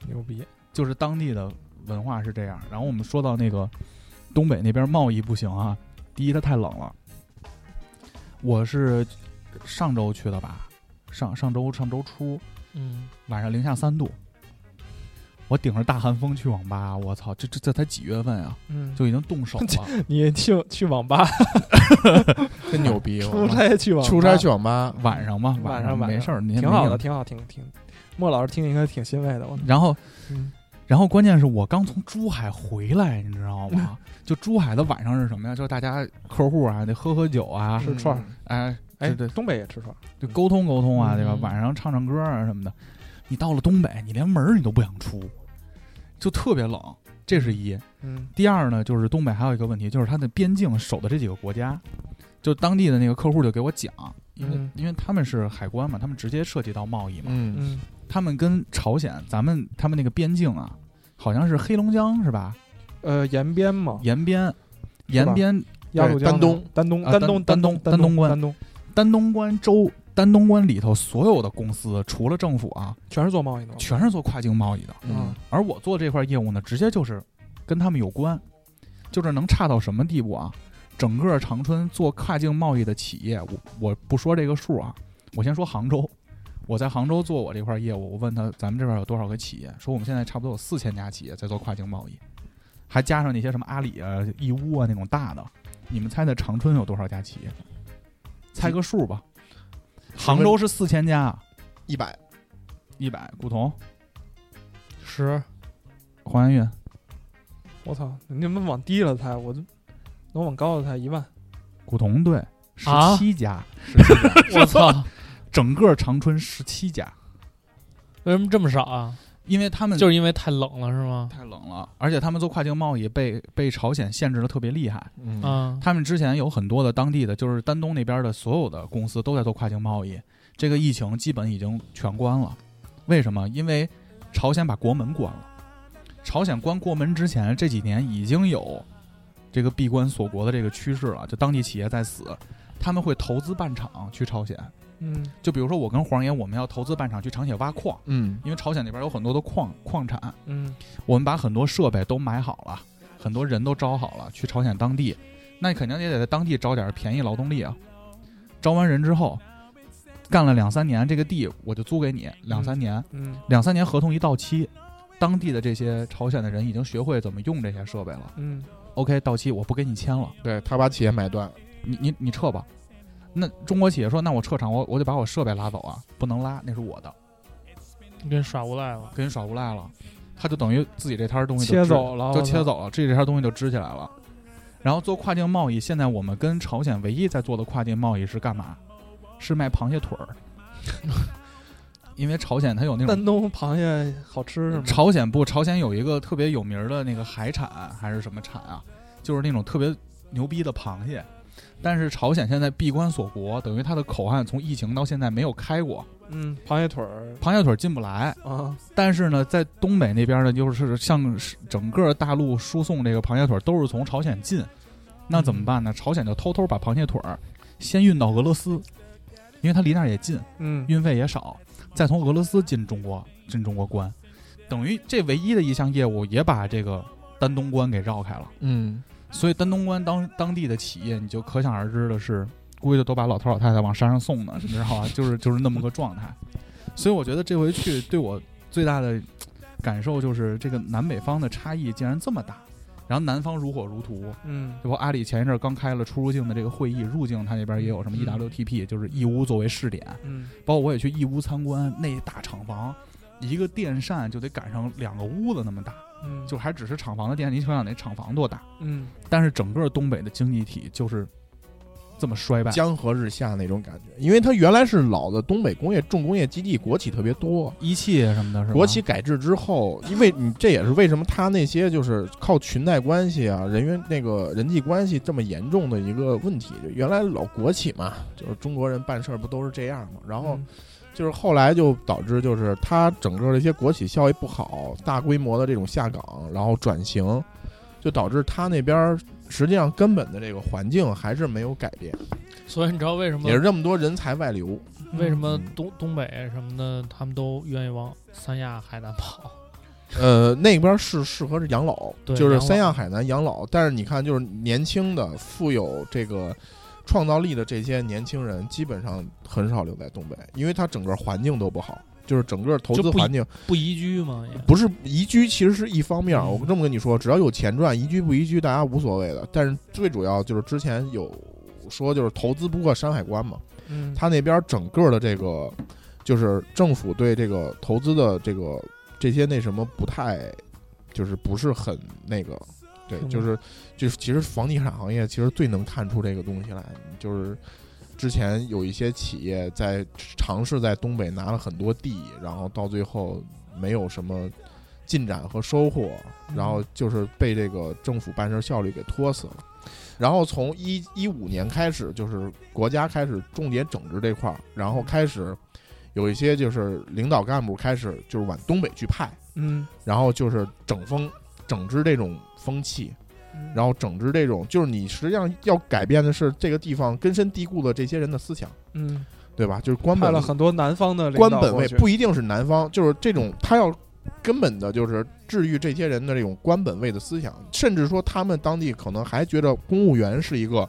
Speaker 4: 牛逼，
Speaker 3: 就是当地的文化是这样。然后我们说到那个东北那边贸易不行啊，第一它太冷了，我是上周去的吧，上上周上周初，
Speaker 4: 嗯
Speaker 3: 晚上零下三度，我顶着大寒风去网吧，我操，这这这才几月份啊，
Speaker 4: 嗯，
Speaker 3: 就已经冻
Speaker 4: (laughs)
Speaker 3: 手了。
Speaker 4: 你去去网吧
Speaker 5: 真牛逼！
Speaker 4: 出
Speaker 5: 我操
Speaker 4: 差去网吧
Speaker 5: 出差去网吧，
Speaker 3: 晚上嘛，
Speaker 4: 晚
Speaker 3: 上
Speaker 4: 上晚
Speaker 3: 没
Speaker 4: 上
Speaker 3: 事儿，您
Speaker 4: 挺好的，。挺好，挺挺。莫老师听应该挺欣慰的，我
Speaker 3: 然后，
Speaker 4: 嗯
Speaker 3: 然后关键是我刚从珠海回来，你知道
Speaker 4: (laughs)
Speaker 3: 吗？就珠海的晚上是什么呀？就是大家客户啊，得喝喝酒啊，
Speaker 4: 吃串儿，
Speaker 3: 哎，
Speaker 4: 哎
Speaker 3: 这，这
Speaker 4: 东北也吃串儿，
Speaker 3: 就沟通沟通啊，对吧？
Speaker 4: 嗯
Speaker 3: 晚上唱唱歌啊什么的。你到了东北，你连门儿你都不想出，就特别冷，这是一。
Speaker 4: 嗯
Speaker 3: 第二呢，就是东北还有一个问题，就是它的边境守的这几个国家，就当地的那个客户就给我讲，因为、
Speaker 4: 嗯
Speaker 3: 因为他们是海关嘛，他们直接涉及到贸易嘛，
Speaker 5: 嗯，
Speaker 4: 嗯
Speaker 3: 他们跟朝鲜，咱们他们那个边境啊，好像是黑龙江是吧？
Speaker 4: 呃，延边嘛，
Speaker 3: 沿边，
Speaker 4: 是吧
Speaker 3: 沿边
Speaker 4: 鸭绿江
Speaker 5: 丹东
Speaker 4: 丹东
Speaker 3: 啊
Speaker 4: 丹东
Speaker 3: 丹
Speaker 4: 东
Speaker 3: 丹东丹东
Speaker 4: 东
Speaker 3: 关
Speaker 4: 丹东
Speaker 3: 丹东关州丹东关里头所有的公司，除了政府啊，
Speaker 4: 全是做贸易的嘛，
Speaker 3: 全是做跨境贸易的，
Speaker 5: 嗯，
Speaker 3: 而我做这块业务呢，直接就是跟他们有关，就是能差到什么地步啊？整个长春做跨境贸易的企业，我我不说这个数啊，我先说杭州。我在杭州做我这块业务，我问他咱们这边有多少个企业，说我们现在差不多有四千家企业在做跨境贸易，还加上那些什么阿里啊、义乌啊那种大的。你们猜猜长春有多少家企业？猜个数吧。杭州是四千家，啊
Speaker 5: 一百
Speaker 3: 一百。古潼、
Speaker 6: 十
Speaker 3: 黄安运，
Speaker 4: 我操，你们往低了猜，我就能往高了猜一万，
Speaker 3: 古潼对，十
Speaker 6: 啊
Speaker 3: 七家。
Speaker 5: 十七
Speaker 6: (laughs)
Speaker 5: 家，
Speaker 6: 我操，
Speaker 3: 整个长春十七家，
Speaker 6: 为什么这么少啊？
Speaker 3: 因为他们
Speaker 6: 就是因为太冷了是吗？
Speaker 3: 太冷了，而且他们做跨境贸易被被朝鲜限制的特别厉害。
Speaker 5: 嗯，
Speaker 6: 啊，
Speaker 3: 他们之前有很多的当地的，就是丹东那边的所有的公司都在做跨境贸易，这个疫情基本已经全关了。为什么？因为朝鲜把国门关了。朝鲜关国门之前，这几年已经有这个闭关锁国的这个趋势了，就当地企业在死，他们会投资办厂去朝鲜。
Speaker 4: 嗯
Speaker 3: 就比如说我跟黄爷，我们要投资办厂去朝鲜挖矿。
Speaker 5: 嗯，
Speaker 3: 因为朝鲜那边有很多的矿矿产，
Speaker 4: 嗯
Speaker 3: 我们把很多设备都买好了，很多人都招好了，去朝鲜当地，那你肯定也得在当地招点便宜劳动力啊。招完人之后，干了两三年，这个地我就租给你两三年，
Speaker 4: 嗯
Speaker 3: 两三年合同一到期，当地的这些朝鲜的人已经学会怎么用这些设备了。
Speaker 4: 嗯
Speaker 3: OK，到期我不给你签了，
Speaker 5: 对他把企业买断，
Speaker 3: 你你你撤吧。那中国企业说，那我撤场，我我得把我设备拉走啊，不能拉，那是我的，
Speaker 6: 你跟耍无赖了。
Speaker 3: 跟人耍无赖了，他就等于自己这摊儿东西就
Speaker 4: 切
Speaker 3: 支
Speaker 4: 走了，
Speaker 3: 就
Speaker 4: 我操
Speaker 3: 切，走了，这这条东西就支起来了。然后做跨境贸易，现在我们跟朝鲜唯一在做的跨境贸易是干嘛？是卖螃蟹腿儿， (laughs) 因为朝鲜它有那种
Speaker 4: 丹东螃蟹好吃是吗？
Speaker 3: 朝鲜不，朝鲜有一个特别有名儿的那个海产还是什么产啊，就是那种特别牛逼的螃蟹。但是朝鲜现在闭关锁国，等于它的口岸从疫情到现在没有开过，
Speaker 4: 嗯，螃蟹腿儿
Speaker 3: 螃蟹腿儿进不来。
Speaker 4: 啊，
Speaker 3: 但是呢，在东北那边呢，就是像是整个大陆输送这个螃蟹腿儿都是从朝鲜进，那怎么办呢？朝鲜就偷偷把螃蟹腿儿先运到俄罗斯，因为它离那儿也近，
Speaker 4: 嗯
Speaker 3: 运费也少，再从俄罗斯进中国，进中国关。等于这唯一的一项业务也把这个丹东关给绕开了。
Speaker 5: 嗯，
Speaker 3: 所以丹东关当当地的企业，你就可想而知的是，估计都把老头老太太往山上送呢，你知道吧？就是就是那么个状态。所以我觉得这回去对我最大的感受就是，这个南北方的差异竟然这么大，然后南方如火如荼。
Speaker 4: 嗯
Speaker 3: 这不，阿里前一阵儿刚开了出入境的这个会议，入境它那边也有什么 EWTP，、就是义乌作为试点，
Speaker 4: 嗯，
Speaker 3: 包括我也去义乌参观，那大厂房，一个电扇就得赶上两个屋子那么大，
Speaker 4: 嗯
Speaker 3: 就还只是厂房的电，你想想那厂房多大？
Speaker 4: 嗯
Speaker 3: 但是整个东北的经济体就是这么衰败，
Speaker 5: 江河日下那种感觉，因为它原来是老的东北工业重工业基地，国企特别多。
Speaker 3: 一汽什么的是吧？
Speaker 5: 国企改制之后，因为你这也是为什么他那些就是靠裙带关系啊、人员那个人际关系这么严重的一个问题。就原来老国企嘛，就是中国人办事儿不都是这样嘛？然后就是后来就导致就是它整个的一些国企效益不好，大规模的这种下岗，然后转型，就导致它那边儿实际上根本的这个环境还是没有改变，
Speaker 6: 所以你知道为什么
Speaker 5: 也是这么多人才外流。
Speaker 6: 为什么
Speaker 5: 嗯
Speaker 6: 东东北什么的他们都愿意往三亚、海南跑？
Speaker 5: 呃，那边是适合是养老，
Speaker 6: 对
Speaker 5: 就是
Speaker 6: 养老
Speaker 5: 三亚、海南养老。但是你看，就是年轻的、富有这个创造力的这些年轻人，基本上很少留在东北，因为它整个环境都不好，就是整个投
Speaker 6: 就
Speaker 5: 资
Speaker 6: 不一
Speaker 5: 环境
Speaker 6: 不宜居吗？也
Speaker 5: 不是宜居，其实是一方面儿。
Speaker 6: 嗯
Speaker 5: 我这么跟你说，只要有钱赚，宜居不宜居大家无所谓的。但是最主要就是之前有说，就是投资不过山海关嘛，
Speaker 6: 嗯，
Speaker 5: 他那边整个的这个就是政府对这个投资的这个这些那什么不太，就是不是很那个，对
Speaker 6: 是，吗
Speaker 5: 就是就是其实房地产行业其实最能看出这个东西来，就是。之前有一些企业在尝试在东北拿了很多地，然后到最后没有什么进展和收获，
Speaker 6: 嗯
Speaker 5: 然后就是被这个政府办事效率给拖死了。然后从一一五年开始，就是国家开始重点整治这块儿，然后开始有一些就是领导干部开始就是往东北去派，
Speaker 4: 嗯，
Speaker 5: 然后就是整风整治这种风气，
Speaker 4: 嗯
Speaker 5: 然后整治这种就是你实际上要改变的是这个地方根深蒂固的这些人的思想，
Speaker 4: 嗯，
Speaker 5: 对吧？就是官
Speaker 4: 派
Speaker 5: 本
Speaker 4: 了很多南方的领
Speaker 5: 官
Speaker 4: 导
Speaker 5: 本
Speaker 4: 过
Speaker 5: 位
Speaker 4: 去
Speaker 5: 不一定是南方，就是这种他要根本的就是治愈这些人的这种官本位的思想，甚至说他们当地可能还觉得公务员是一个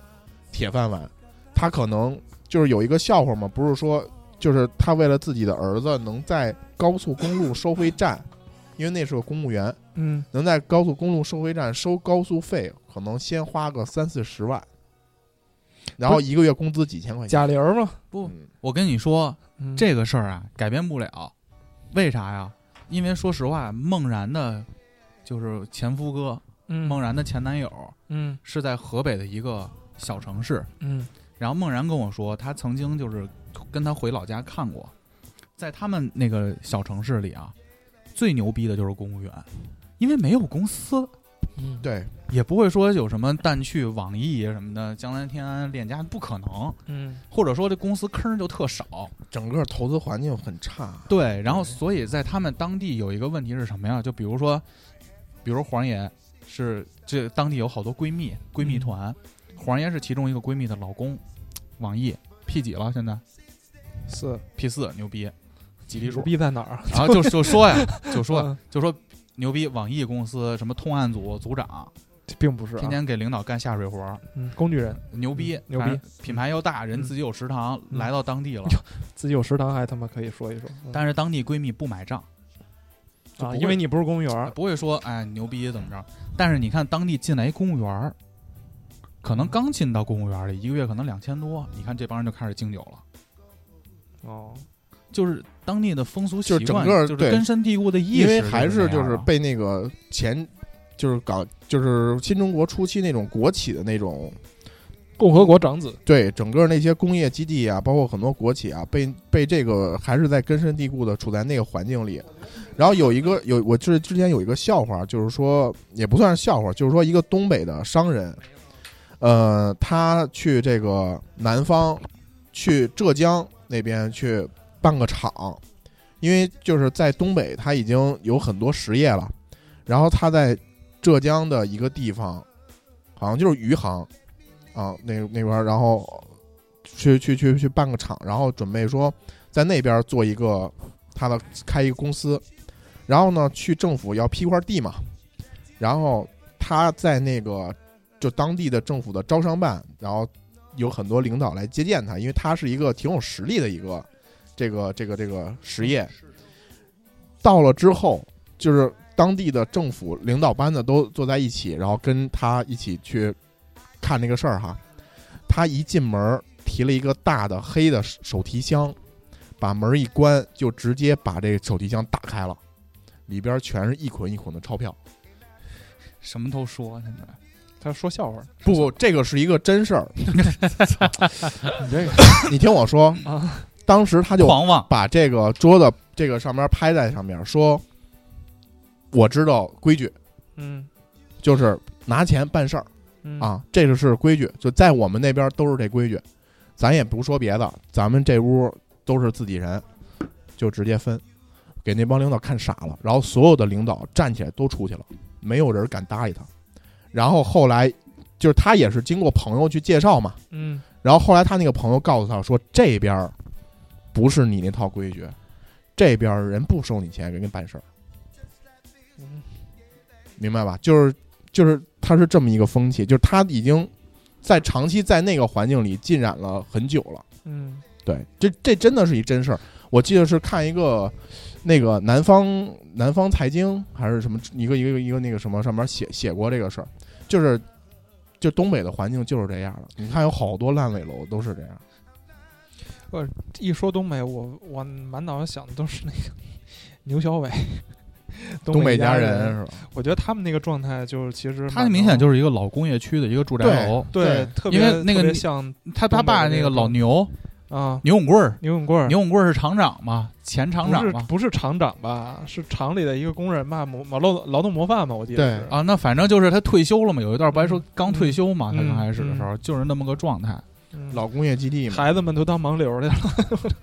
Speaker 5: 铁饭碗，他可能就是有一个笑话嘛，不是说就是他为了自己的儿子能在高速公路收费站，因为那是个公务员，
Speaker 4: 嗯
Speaker 5: 能在高速公路收费站收高速费，可能先花个三四十万，然后一个月工资几千块钱。
Speaker 4: 贾玲儿嘛，
Speaker 3: 不
Speaker 5: 嗯
Speaker 3: 我跟你说
Speaker 4: 嗯
Speaker 3: 这个事儿啊，改变不了，为啥呀？因为说实话，孟然的，就是前夫哥，孟
Speaker 4: 嗯
Speaker 3: 然的前男友
Speaker 4: 嗯
Speaker 3: 是在河北的一个小城市，
Speaker 4: 嗯
Speaker 3: 然后孟然跟我说，他曾经就是跟他回老家看过，在他们那个小城市里啊，最牛逼的就是公务员，因为没有公司，
Speaker 6: 嗯，
Speaker 5: 对，
Speaker 3: 也不会说有什么淡去网易什么的，江南天安、链家不可能，
Speaker 4: 嗯
Speaker 3: 或者说这公司坑儿就特少。
Speaker 5: 整个投资环境很差。
Speaker 3: 对，然后
Speaker 5: 对
Speaker 3: 所以在他们当地有一个问题是什么呀？就比如说，比如黄爷是这当地有好多闺蜜闺蜜团，黄爷是其中一个闺蜜的老公，网易 P 几了？现在
Speaker 4: 是
Speaker 3: P 四牛逼，几粒
Speaker 4: 牛
Speaker 3: 数？
Speaker 4: 逼在哪儿？
Speaker 3: 然后啊就就 (laughs) 说呀，就说
Speaker 4: 嗯
Speaker 3: 就说牛逼，网易公司什么通案组组长，
Speaker 4: 并不是啊，
Speaker 3: 天天给领导干下水活儿，
Speaker 4: 嗯工具人
Speaker 3: 牛逼
Speaker 4: 嗯牛，
Speaker 3: 反
Speaker 4: 逼
Speaker 3: 正品牌又大，人自己有食堂，
Speaker 4: 嗯
Speaker 3: 来到当地了，
Speaker 4: 自己有食堂还他妈可以说一说，嗯
Speaker 3: 但是当地闺蜜不买账，就
Speaker 4: 啊，
Speaker 3: 不
Speaker 4: 因为
Speaker 3: 会
Speaker 4: 你不是公务员儿，
Speaker 3: 不会说哎牛逼怎么着，但是你看当地进来一公务员儿，可能刚进到公务员里，一个月可能两千多，你看这帮人就开始敬酒了。
Speaker 4: 哦，
Speaker 3: 就是当地的风俗习
Speaker 5: 就是
Speaker 3: 惯，
Speaker 5: 整个
Speaker 3: 就是
Speaker 5: 对
Speaker 3: 根深蒂固的意识，
Speaker 5: 因为还
Speaker 3: 就
Speaker 5: 是就是是
Speaker 3: 那样
Speaker 5: 被那个前就是搞就是新中国初期那种国企的那种
Speaker 4: 共和国长子，
Speaker 5: 对整个那些工业基地啊，包括很多国企啊，被被这个还是在根深蒂固的处在那个环境里。然后有一个有我之之前有一个笑话，就是说也不算是笑话，就是说一个东北的商人，呃，他去这个南方，去浙江那边去办个厂，因为就是在东北他已经有很多实业了，然后他在浙江的一个地方，好像就是余杭，啊，那那边儿，然后去去去去办个厂，然后准备说在那边儿做一个他的开一个公司，然后呢，去政府要批块地嘛，然后他在那个就当地的政府的招商办，然后有很多领导来接见他，因为他是一个挺有实力的一个这个这个这个实业。到了之后，就是当地的政府领导班子都坐在一起，然后跟他一起去看这个事儿哈。他一进门儿提了一个大的黑的手提箱，把门一关，就直接把这手提箱打开了，里边全是一捆一捆的钞票。
Speaker 3: 什么都说现在。
Speaker 4: 他说笑话呢
Speaker 5: 不不，这个是一个真事儿。
Speaker 4: 你这个
Speaker 5: 你听我说，
Speaker 4: 啊，
Speaker 5: 当时他就
Speaker 3: 狂妄，
Speaker 5: 把这个桌子这个上面拍在上面，说：“我知道规矩，
Speaker 4: 嗯
Speaker 5: 就是拿钱办事儿
Speaker 4: 嗯，
Speaker 5: 啊，这个是规矩，就在我们那边都是这规矩。咱也不说别的，咱们这屋都是自己人，就直接分。”给那帮领导看傻了，然后所有的领导站起来都出去了，没有人敢搭理他。然后后来，就是他也是经过朋友去介绍嘛，
Speaker 4: 嗯，
Speaker 5: 然后后来他那个朋友告诉他说，这边儿不是你那套规矩，这边儿人不收你钱，人家办事儿，
Speaker 4: 嗯
Speaker 5: 明白吧？就是就是他是这么一个风气，就是他已经在长期在那个环境里浸染了很久了。
Speaker 4: 嗯
Speaker 5: 对，这这真的是一真事儿。我记得是看一个那个南方南方财经还是什么一个一个一个那个什么上面写写过这个事儿，就是就东北的环境就是这样的。你看有好多烂尾楼都是这样。
Speaker 4: 一说东北，我我满脑子想的都是那个牛小伟，
Speaker 5: 东
Speaker 4: 北
Speaker 5: 北
Speaker 4: 家
Speaker 5: 人，是吧？
Speaker 4: 我觉得他们那个状态就是其实
Speaker 3: 他明显就是一个老工业区的一个住宅
Speaker 5: 对
Speaker 3: 楼。
Speaker 4: 对，特别
Speaker 3: 因为那个
Speaker 4: 特别
Speaker 3: 你
Speaker 4: 像
Speaker 3: 他他爸那个老牛
Speaker 4: 啊
Speaker 3: 牛永贵儿，
Speaker 4: 牛永贵儿，
Speaker 3: 牛永贵儿是厂长嘛，前厂
Speaker 4: 不
Speaker 3: 长
Speaker 4: 是
Speaker 3: 嘛。
Speaker 4: 不是厂长吧？是厂里的一个工人吧？模劳劳动模范吧？我记得
Speaker 5: 对
Speaker 4: 是
Speaker 3: 啊，那反正就是他退休了嘛，有一段不还说刚退休嘛，
Speaker 4: 嗯
Speaker 3: 他刚开始的时候就是那么个状态。
Speaker 4: 嗯
Speaker 5: 老工业基地嘛，
Speaker 4: 孩子们都当盲
Speaker 3: (laughs)
Speaker 4: 流去了。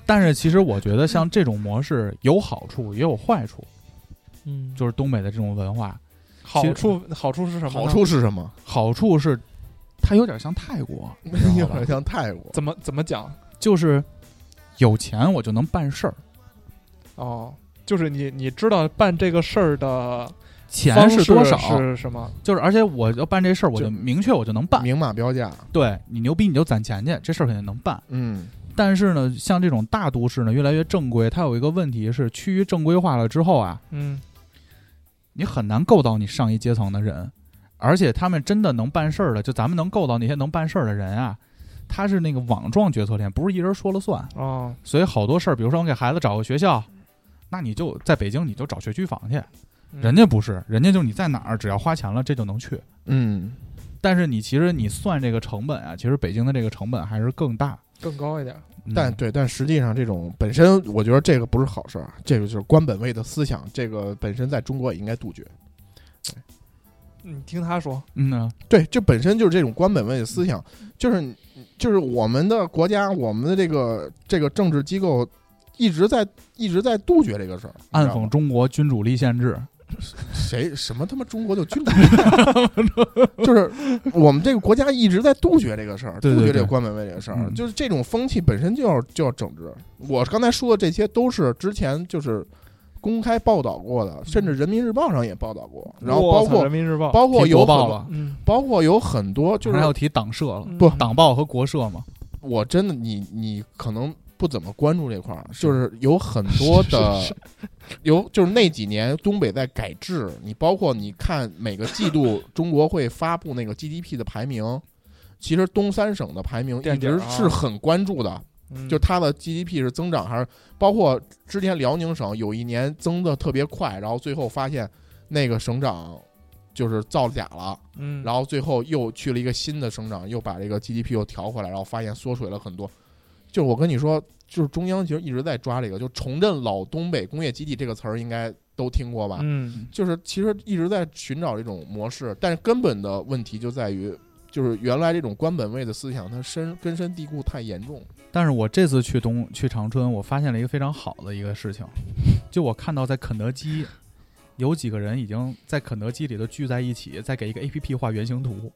Speaker 3: 但是其实我觉得像这种模式有好处也有坏处，
Speaker 4: 嗯，
Speaker 3: 就是东北的这种文化，
Speaker 4: 好
Speaker 3: 其实
Speaker 4: 处好处是什么呢？
Speaker 5: 好处是什么？
Speaker 3: 好处是它有点像泰国，你知
Speaker 5: 有
Speaker 3: 道吧
Speaker 4: 嗯
Speaker 5: 点像泰国，
Speaker 4: 怎么怎么讲？
Speaker 3: 就是有钱我就能办事儿，
Speaker 4: 哦，就是你你知道办这个事儿的
Speaker 3: 钱
Speaker 4: 方
Speaker 3: 是
Speaker 4: 式
Speaker 3: 多少，
Speaker 4: 是什么？
Speaker 3: 就是而且我要办这事儿，我就
Speaker 5: 就
Speaker 3: 明确我就能办。
Speaker 5: 明码标价。
Speaker 3: 对你牛逼你就攒钱去，这事儿肯定能办。
Speaker 5: 嗯，
Speaker 3: 但是呢，像这种大都市呢，越来越正规，它有一个问题是，趋于正规化了之后啊，
Speaker 4: 嗯
Speaker 3: 你很难够到你上一阶层的人，而且他们真的能办事儿的，就咱们能够到那些能办事儿的人啊，他是那个网状决策链，不是一人说了算。
Speaker 4: 哦，
Speaker 3: 所以好多事儿，比如说我给孩子找个学校，那你就在北京你就找学区房去，
Speaker 4: 嗯
Speaker 3: 人家不是，人家就你在哪儿，只要花钱了这就能去。
Speaker 5: 嗯，
Speaker 3: 但是你其实你算这个成本啊，其实北京的这个成本还是更大。
Speaker 4: 更高一点。
Speaker 3: 嗯
Speaker 5: 但对，但实际上这种本身，我觉得这个不是好事儿，啊这个就是官本位的思想，这个本身在中国也应该杜绝。
Speaker 4: 你听他说，
Speaker 3: 嗯呢，
Speaker 5: 对，这本身就是这种官本位的思想，就是就是我们的国家，我们的这个这个政治机构一直在一直在杜绝这个事儿，你知
Speaker 3: 暗
Speaker 5: 道吗
Speaker 3: 讽中国君主立宪制。
Speaker 5: 谁什么他妈中国
Speaker 3: (laughs)
Speaker 5: 就君主制，就是我们这个国家一直在杜绝这个事儿，
Speaker 3: 对对
Speaker 5: 杜绝这
Speaker 3: 对
Speaker 5: 个官本位这个事儿
Speaker 3: 嗯，
Speaker 5: 就是这种风气本身就要就要整治。我刚才说的这些都是之前就是公开报道过的，甚至人民日报上也报道过，然后包
Speaker 4: 我操
Speaker 5: 括
Speaker 4: 人民日报，
Speaker 5: 包括
Speaker 3: 提国
Speaker 5: 有很
Speaker 3: 报
Speaker 5: 多
Speaker 3: 了，
Speaker 4: 嗯，
Speaker 5: 包括有很多就
Speaker 3: 马上要
Speaker 5: 是嗯
Speaker 3: 提党社了，
Speaker 4: 不
Speaker 3: 党报和国社嘛。
Speaker 5: 我真的你你可能不怎么关注这块儿，就是有
Speaker 4: (laughs)
Speaker 5: 很多的
Speaker 4: 是
Speaker 5: 有就是那几年东北在改制，你包括你看每个季
Speaker 4: (laughs)
Speaker 5: 度中国会发布那个 GDP 的排名，其实东三省的排名一
Speaker 4: 垫底儿
Speaker 5: 直
Speaker 4: 啊嗯
Speaker 5: 是很关注的，就它的 GDP 是增长还是包括之前辽宁省有一年增的特别快，然后最后发现那个省长就是造假了。
Speaker 4: 嗯，
Speaker 5: 然后最后又去了一个新的省长，又把这个 GDP 又调回来，然后发现缩水了很多。就是我跟你说，就是中央其实一直在抓这个，就重振老东北工业基地这个词儿应该都听过吧？
Speaker 4: 嗯
Speaker 5: 就是其实一直在寻找这种模式，但是根本的问题就在于，就是原来这种官本位的思想，它深根深蒂固太严重。
Speaker 3: 但是我这次去东去长春，我发现了一个非常好的一个事情，就我看到在肯德基，有几个人已经在肯德基里头聚在一起，在给一个 A P P 画原型图。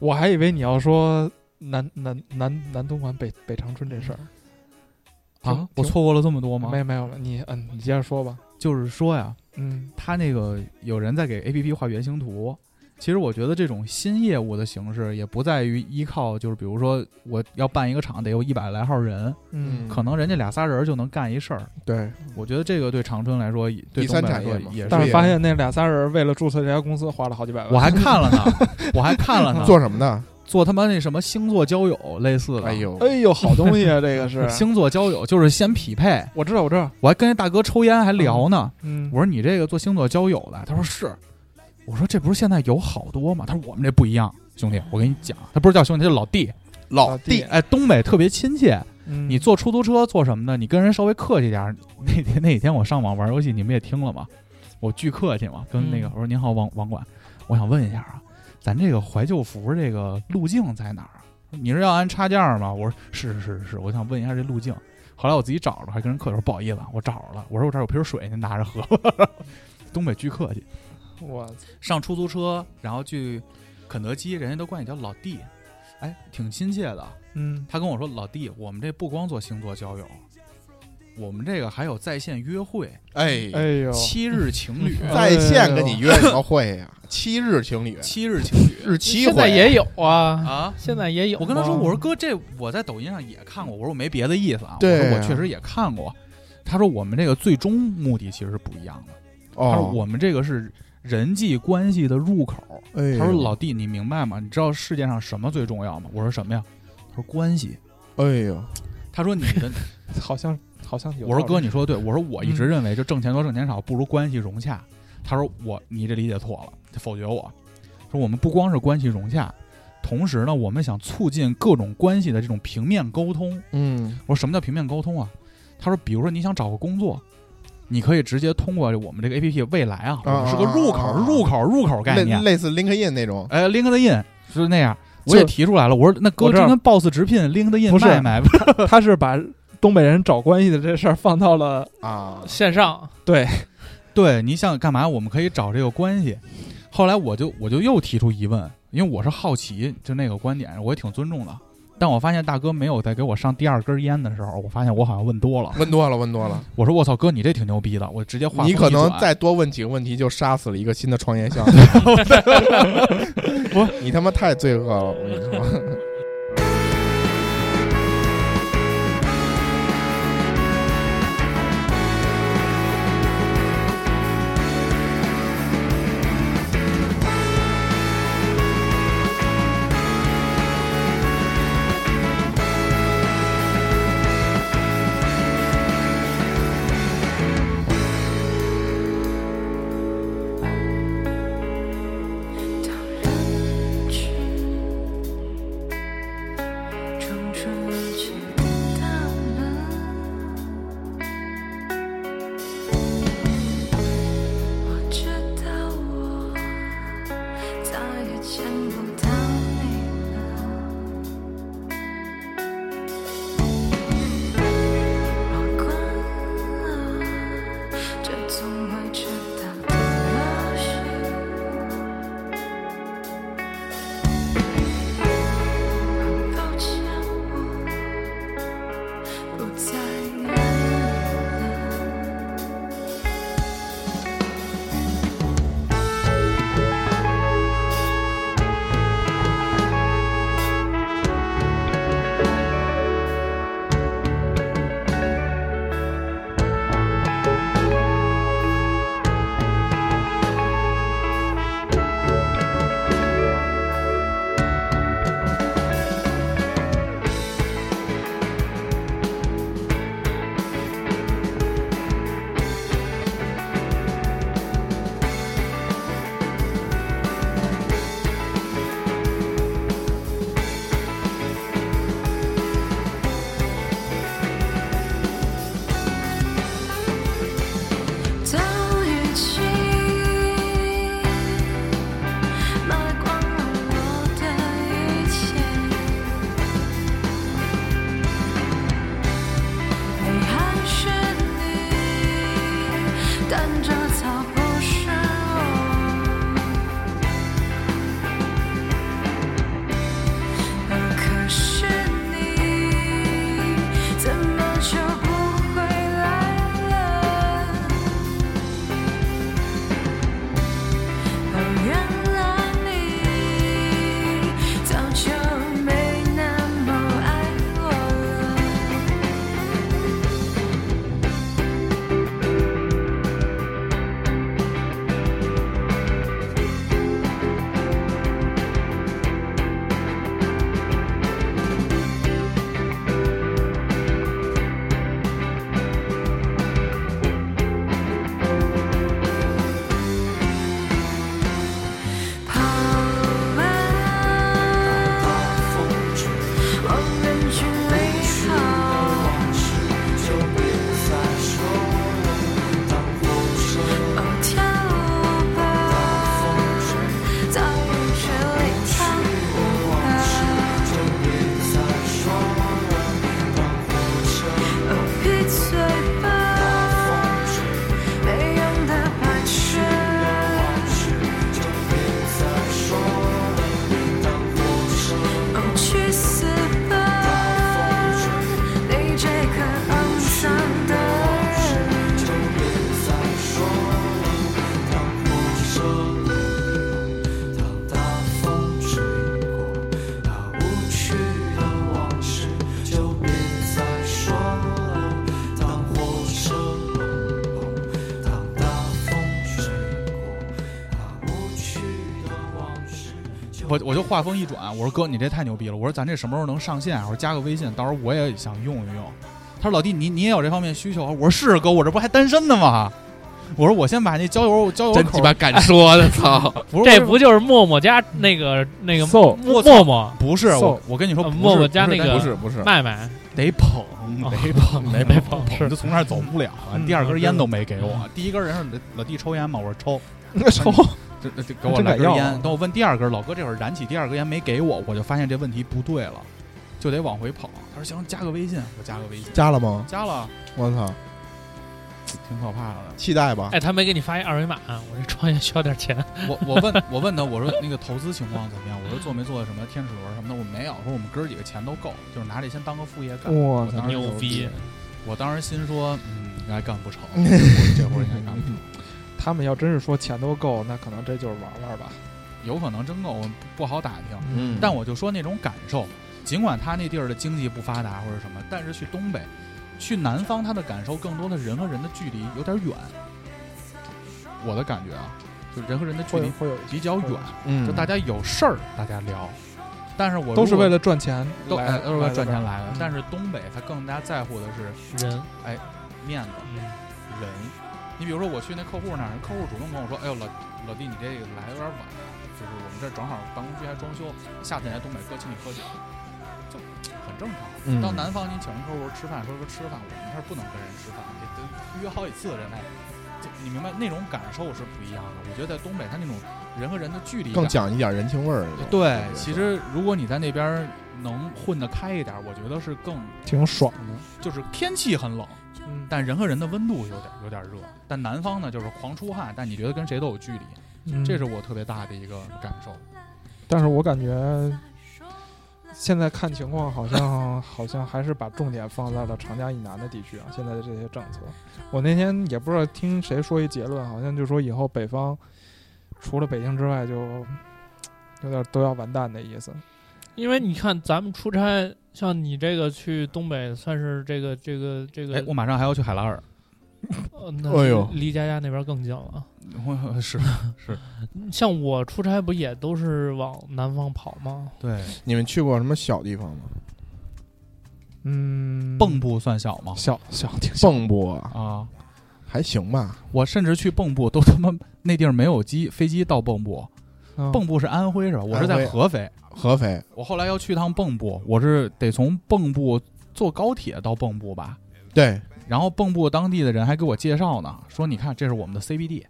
Speaker 4: 我还以为你要说南南南南东莞北北长春这事儿，
Speaker 3: 啊，我错过了这么多吗？
Speaker 4: 没有没有了，你嗯，你接着说吧。
Speaker 3: 就是说呀，
Speaker 4: 嗯
Speaker 3: 他那个有人在给 A P P 画原型图。其实我觉得这种新业务的形式也不在于依靠，就是比如说我要办一个厂得有一百来号人，
Speaker 4: 嗯
Speaker 3: 可能人家俩仨人就能干一事儿。
Speaker 5: 对，
Speaker 3: 我觉得这个对长春来说，也对
Speaker 5: 第三
Speaker 3: 东北来
Speaker 5: 产业
Speaker 3: 说
Speaker 5: 嘛
Speaker 3: 也
Speaker 5: 对
Speaker 3: 是
Speaker 5: 所
Speaker 4: 但是
Speaker 5: 以
Speaker 4: 发现那俩仨人为了注册这家公司花了好几百
Speaker 3: (laughs)
Speaker 4: 万。
Speaker 3: 我还看
Speaker 5: (laughs)
Speaker 3: 了呢，我还看了呢，
Speaker 5: 做什么呢？
Speaker 3: 做他妈那什么星座交友类似的，
Speaker 5: 哎，呦，
Speaker 4: 哎呦，好东西啊，这个 (laughs) 是。
Speaker 3: 星座交友就是先匹配，
Speaker 4: 我知道，我知道。
Speaker 3: 我还跟那大哥抽烟还聊呢，
Speaker 4: 嗯
Speaker 3: 我，说你这个做星座交友的，他说是，我说这不是现在有好多吗？他说我们这不一样，兄弟，我跟你讲，他不是叫兄弟，他叫老弟，
Speaker 5: 老
Speaker 4: 弟啊嗯
Speaker 3: 哎，东北特别亲切。
Speaker 4: 你
Speaker 3: 你坐出租车做什么的？你跟人稍微客气点儿。 (laughs) 那天那几天我上网玩游戏，你们也听了嘛，我巨客气嘛，跟那个
Speaker 6: 嗯
Speaker 3: 我说您好网网管，我想问一下啊，咱这个怀旧服这个路径在哪儿啊？你是要按差价吗？我说是是是是，我想问一下这路径。后来我自己找着，还跟人客气说不好意思啊，我找着了。我说我这儿有瓶水，您拿着喝。 (laughs) 东北巨客气，
Speaker 4: 我
Speaker 3: 上出租车，然后去肯德基，人家都管你叫老弟，哎，挺亲切的。
Speaker 4: 嗯
Speaker 3: 他跟我说：“老弟，我们这不光做星座交友，我们这个还有在线约会，
Speaker 5: 哎，
Speaker 4: 哎呦，
Speaker 3: 七日情侣，呃
Speaker 4: 嗯
Speaker 5: 在线跟你约什么会呀？七日情侣，
Speaker 3: 七日情侣
Speaker 5: 日期
Speaker 6: 现在
Speaker 5: 会
Speaker 6: 也有啊，
Speaker 3: 啊！
Speaker 6: 现在也有啊。
Speaker 3: 我跟他说，我说哥，这我在抖音上也看过，我说我没别的意思啊，
Speaker 5: 对
Speaker 3: 我说
Speaker 5: 啊
Speaker 3: 我确实也看过。他说我们这个最终目的其实是不一样的，他说
Speaker 5: 哦。
Speaker 3: 我们这个是人际关系的入口。
Speaker 5: 哎呦
Speaker 3: 他说老弟，你明白吗？你知道世界上什么最重要吗？我说什么呀？他说关系。
Speaker 5: 哎呦，
Speaker 3: 他说你的，
Speaker 4: 好像好像有。
Speaker 3: 我说哥，，你说的对。我说我一直认为就挣钱多挣钱少不如关系融洽。他说我你这理解错了，他否决我。说我们不光是关系融洽，同时呢，我们想促进各种关系的这种平面沟通。
Speaker 5: 嗯，
Speaker 3: 我说什么叫平面沟通啊？他说，比如说你想找个工作，你可以直接通过我们这个 A P P 未来啊，我
Speaker 5: 啊
Speaker 3: 们是个入口，
Speaker 5: 啊啊啊
Speaker 3: 入口，入口概
Speaker 5: 类
Speaker 3: 念。
Speaker 5: 类似 LinkedIn 那种，
Speaker 3: 哎，LinkedIn 就是那样。
Speaker 4: 就
Speaker 3: 我也提出来了，我说那哥
Speaker 4: 我这
Speaker 3: 这
Speaker 4: 儿
Speaker 3: 跟 Boss 直聘 LinkedIn
Speaker 4: 不是
Speaker 3: 卖卖，
Speaker 4: 他是把东北人找关系的这事儿放到 (laughs) 了
Speaker 5: 啊，
Speaker 6: 线上，
Speaker 3: 对你想干嘛？我们可以找这个关系。后来我就我就又提出疑问，因为我是好奇，就那个观点，我也挺尊重的。但我发现大哥没有在给我上第二根烟的时候，我发现我好像问多了。
Speaker 5: 问多了，问多了。
Speaker 3: 我说我操哥，你这挺牛逼的，我直接话锋啊
Speaker 5: 你
Speaker 3: 一
Speaker 5: 可
Speaker 3: 转
Speaker 5: 能再多问几个问题，就杀死了一个新的创业项目。不，你他妈太罪恶了！我跟你说，
Speaker 7: 当人群
Speaker 3: 我我就话锋一转，我说哥，你这太牛逼了！我说咱这什么时候能上线啊？我说加个微信，到时候我也想用一用。他说老弟，你你也有这方面需求啊？我说是哥，我这不还单身呢吗？我说我先把那交友交友
Speaker 7: 真
Speaker 3: 口
Speaker 7: 鸡巴敢说的，操！
Speaker 3: 不是
Speaker 6: (laughs) 这不就是陌陌加那个那个
Speaker 4: ，so
Speaker 6: 陌陌陌
Speaker 3: 不是
Speaker 4: 搜
Speaker 3: 我我跟你说
Speaker 6: 呃
Speaker 3: 不是，
Speaker 6: 陌陌
Speaker 3: 不是
Speaker 6: 加那
Speaker 3: 单
Speaker 6: 个
Speaker 5: 不是不是，
Speaker 6: 麦麦？
Speaker 3: 得捧得捧
Speaker 6: 没
Speaker 3: 哦得捧，
Speaker 6: 碰
Speaker 3: 我
Speaker 6: 是
Speaker 3: 就从那儿走不了了。
Speaker 6: 嗯
Speaker 3: 第二根烟都没给我，第一根人是老弟抽烟嘛，我说抽，
Speaker 4: 抽
Speaker 3: 这这这给我
Speaker 4: 真
Speaker 3: 来
Speaker 4: 敢
Speaker 3: 根
Speaker 4: 要啊
Speaker 3: 烟。等我问第二根，老哥这会儿燃起第二根烟没给我，我就发现这问题不对了，就得往回跑。他说行，加个微信，我加个微信，
Speaker 5: 加了吗？
Speaker 3: 加了，
Speaker 5: 我操，
Speaker 3: 挺可怕的。
Speaker 5: 期待吧。
Speaker 6: 哎，他没给你发一二维码，啊我这创业需要点钱。
Speaker 3: 我我问我问他，我说那个投资情况怎么样？我说做没做什么天使轮什么的？我没有，我说我们哥儿几个钱都够，就是拿这先当个副业干。
Speaker 4: 哇
Speaker 3: 我当时
Speaker 6: 牛逼！
Speaker 3: 我当时心说，嗯，应该干不 (laughs) 成，这会儿应该干不成。
Speaker 4: 他们要真是说钱都够，那可能这就是玩玩吧。
Speaker 3: 有可能真够，我不好打听。
Speaker 5: 嗯
Speaker 3: 但我就说那种感受，尽管他那地儿的经济不发达或者什么，但是去东北，去南方，他的感受更多的人和人的距离有点远。我的感觉啊，就人和人的距
Speaker 4: 会
Speaker 3: 离
Speaker 4: 会有
Speaker 3: 比较远，
Speaker 5: 嗯
Speaker 3: 就大家有事儿大家聊。但是我
Speaker 4: 都是
Speaker 3: 如果
Speaker 4: 为了赚钱
Speaker 3: 都
Speaker 4: 来
Speaker 3: 哎
Speaker 4: 的，
Speaker 3: 都是为了赚钱
Speaker 4: 来
Speaker 3: 来的，但是东北他更加在乎的是
Speaker 6: 人，
Speaker 3: 面子。
Speaker 6: 嗯
Speaker 3: 人。你比如说我去那客户那儿，客户主动跟我说：“哎呦，老老弟，你这个来有点晚，就是我们这儿正好办公区还装修，夏天来东北哥请你喝酒，就很正常。
Speaker 5: 嗯
Speaker 3: 到南方你请人客户吃饭，说说吃饭，我们这儿不能跟人吃饭，得得约好几次人才。就你明白那种感受是不一样的。我觉得在东北，他那种人和人的距离
Speaker 5: 更
Speaker 3: 感
Speaker 5: 讲一点人情味儿。
Speaker 3: 对。其实如果你在那边儿能混得开一点儿，我觉得是更
Speaker 4: 的，挺爽的。
Speaker 3: 就是天气很冷，
Speaker 4: 嗯，
Speaker 3: 但人和人的温度有点有点热。但南方呢，就是狂出汗，但你觉得跟谁都有距离，
Speaker 4: 嗯
Speaker 3: 这是我特别大的一个感受。
Speaker 4: 但是我感觉现在看情况，好像 (laughs) 好像还是把重点放在了长假以南的地区啊。现在的这些政策，我那天也不知道听谁说一结论，好像就说以后北方除了北京之外就，有点都要完蛋的意思。
Speaker 6: 因为你看咱们出差，像你这个去东北，算是这个这个这个
Speaker 3: 哎，，我马上还要去海拉尔，
Speaker 6: 呃那
Speaker 5: 哎呦
Speaker 6: 离家家那边更近了。
Speaker 3: (laughs) 是
Speaker 6: 像我出差不也都是往南方跑吗？
Speaker 3: 对
Speaker 5: 你们去过什么小地方吗？
Speaker 4: 嗯，
Speaker 3: 蚌埠算小吗？
Speaker 4: 小小挺小，
Speaker 5: 蚌埠啊
Speaker 3: 啊，
Speaker 5: 还行吧，
Speaker 3: 我甚至去蚌埠都他妈那地儿没有机飞机到蚌埠，
Speaker 4: 嗯
Speaker 3: 蚌埠是安徽是吧？我是在
Speaker 5: 安徽
Speaker 3: 合肥，
Speaker 5: 合肥
Speaker 3: 我后来要去趟蚌埠，我是得从蚌埠坐高铁到蚌埠吧，
Speaker 5: 对，
Speaker 3: 然后蚌埠当地的人还给我介绍呢，说你看这是我们的 CBD，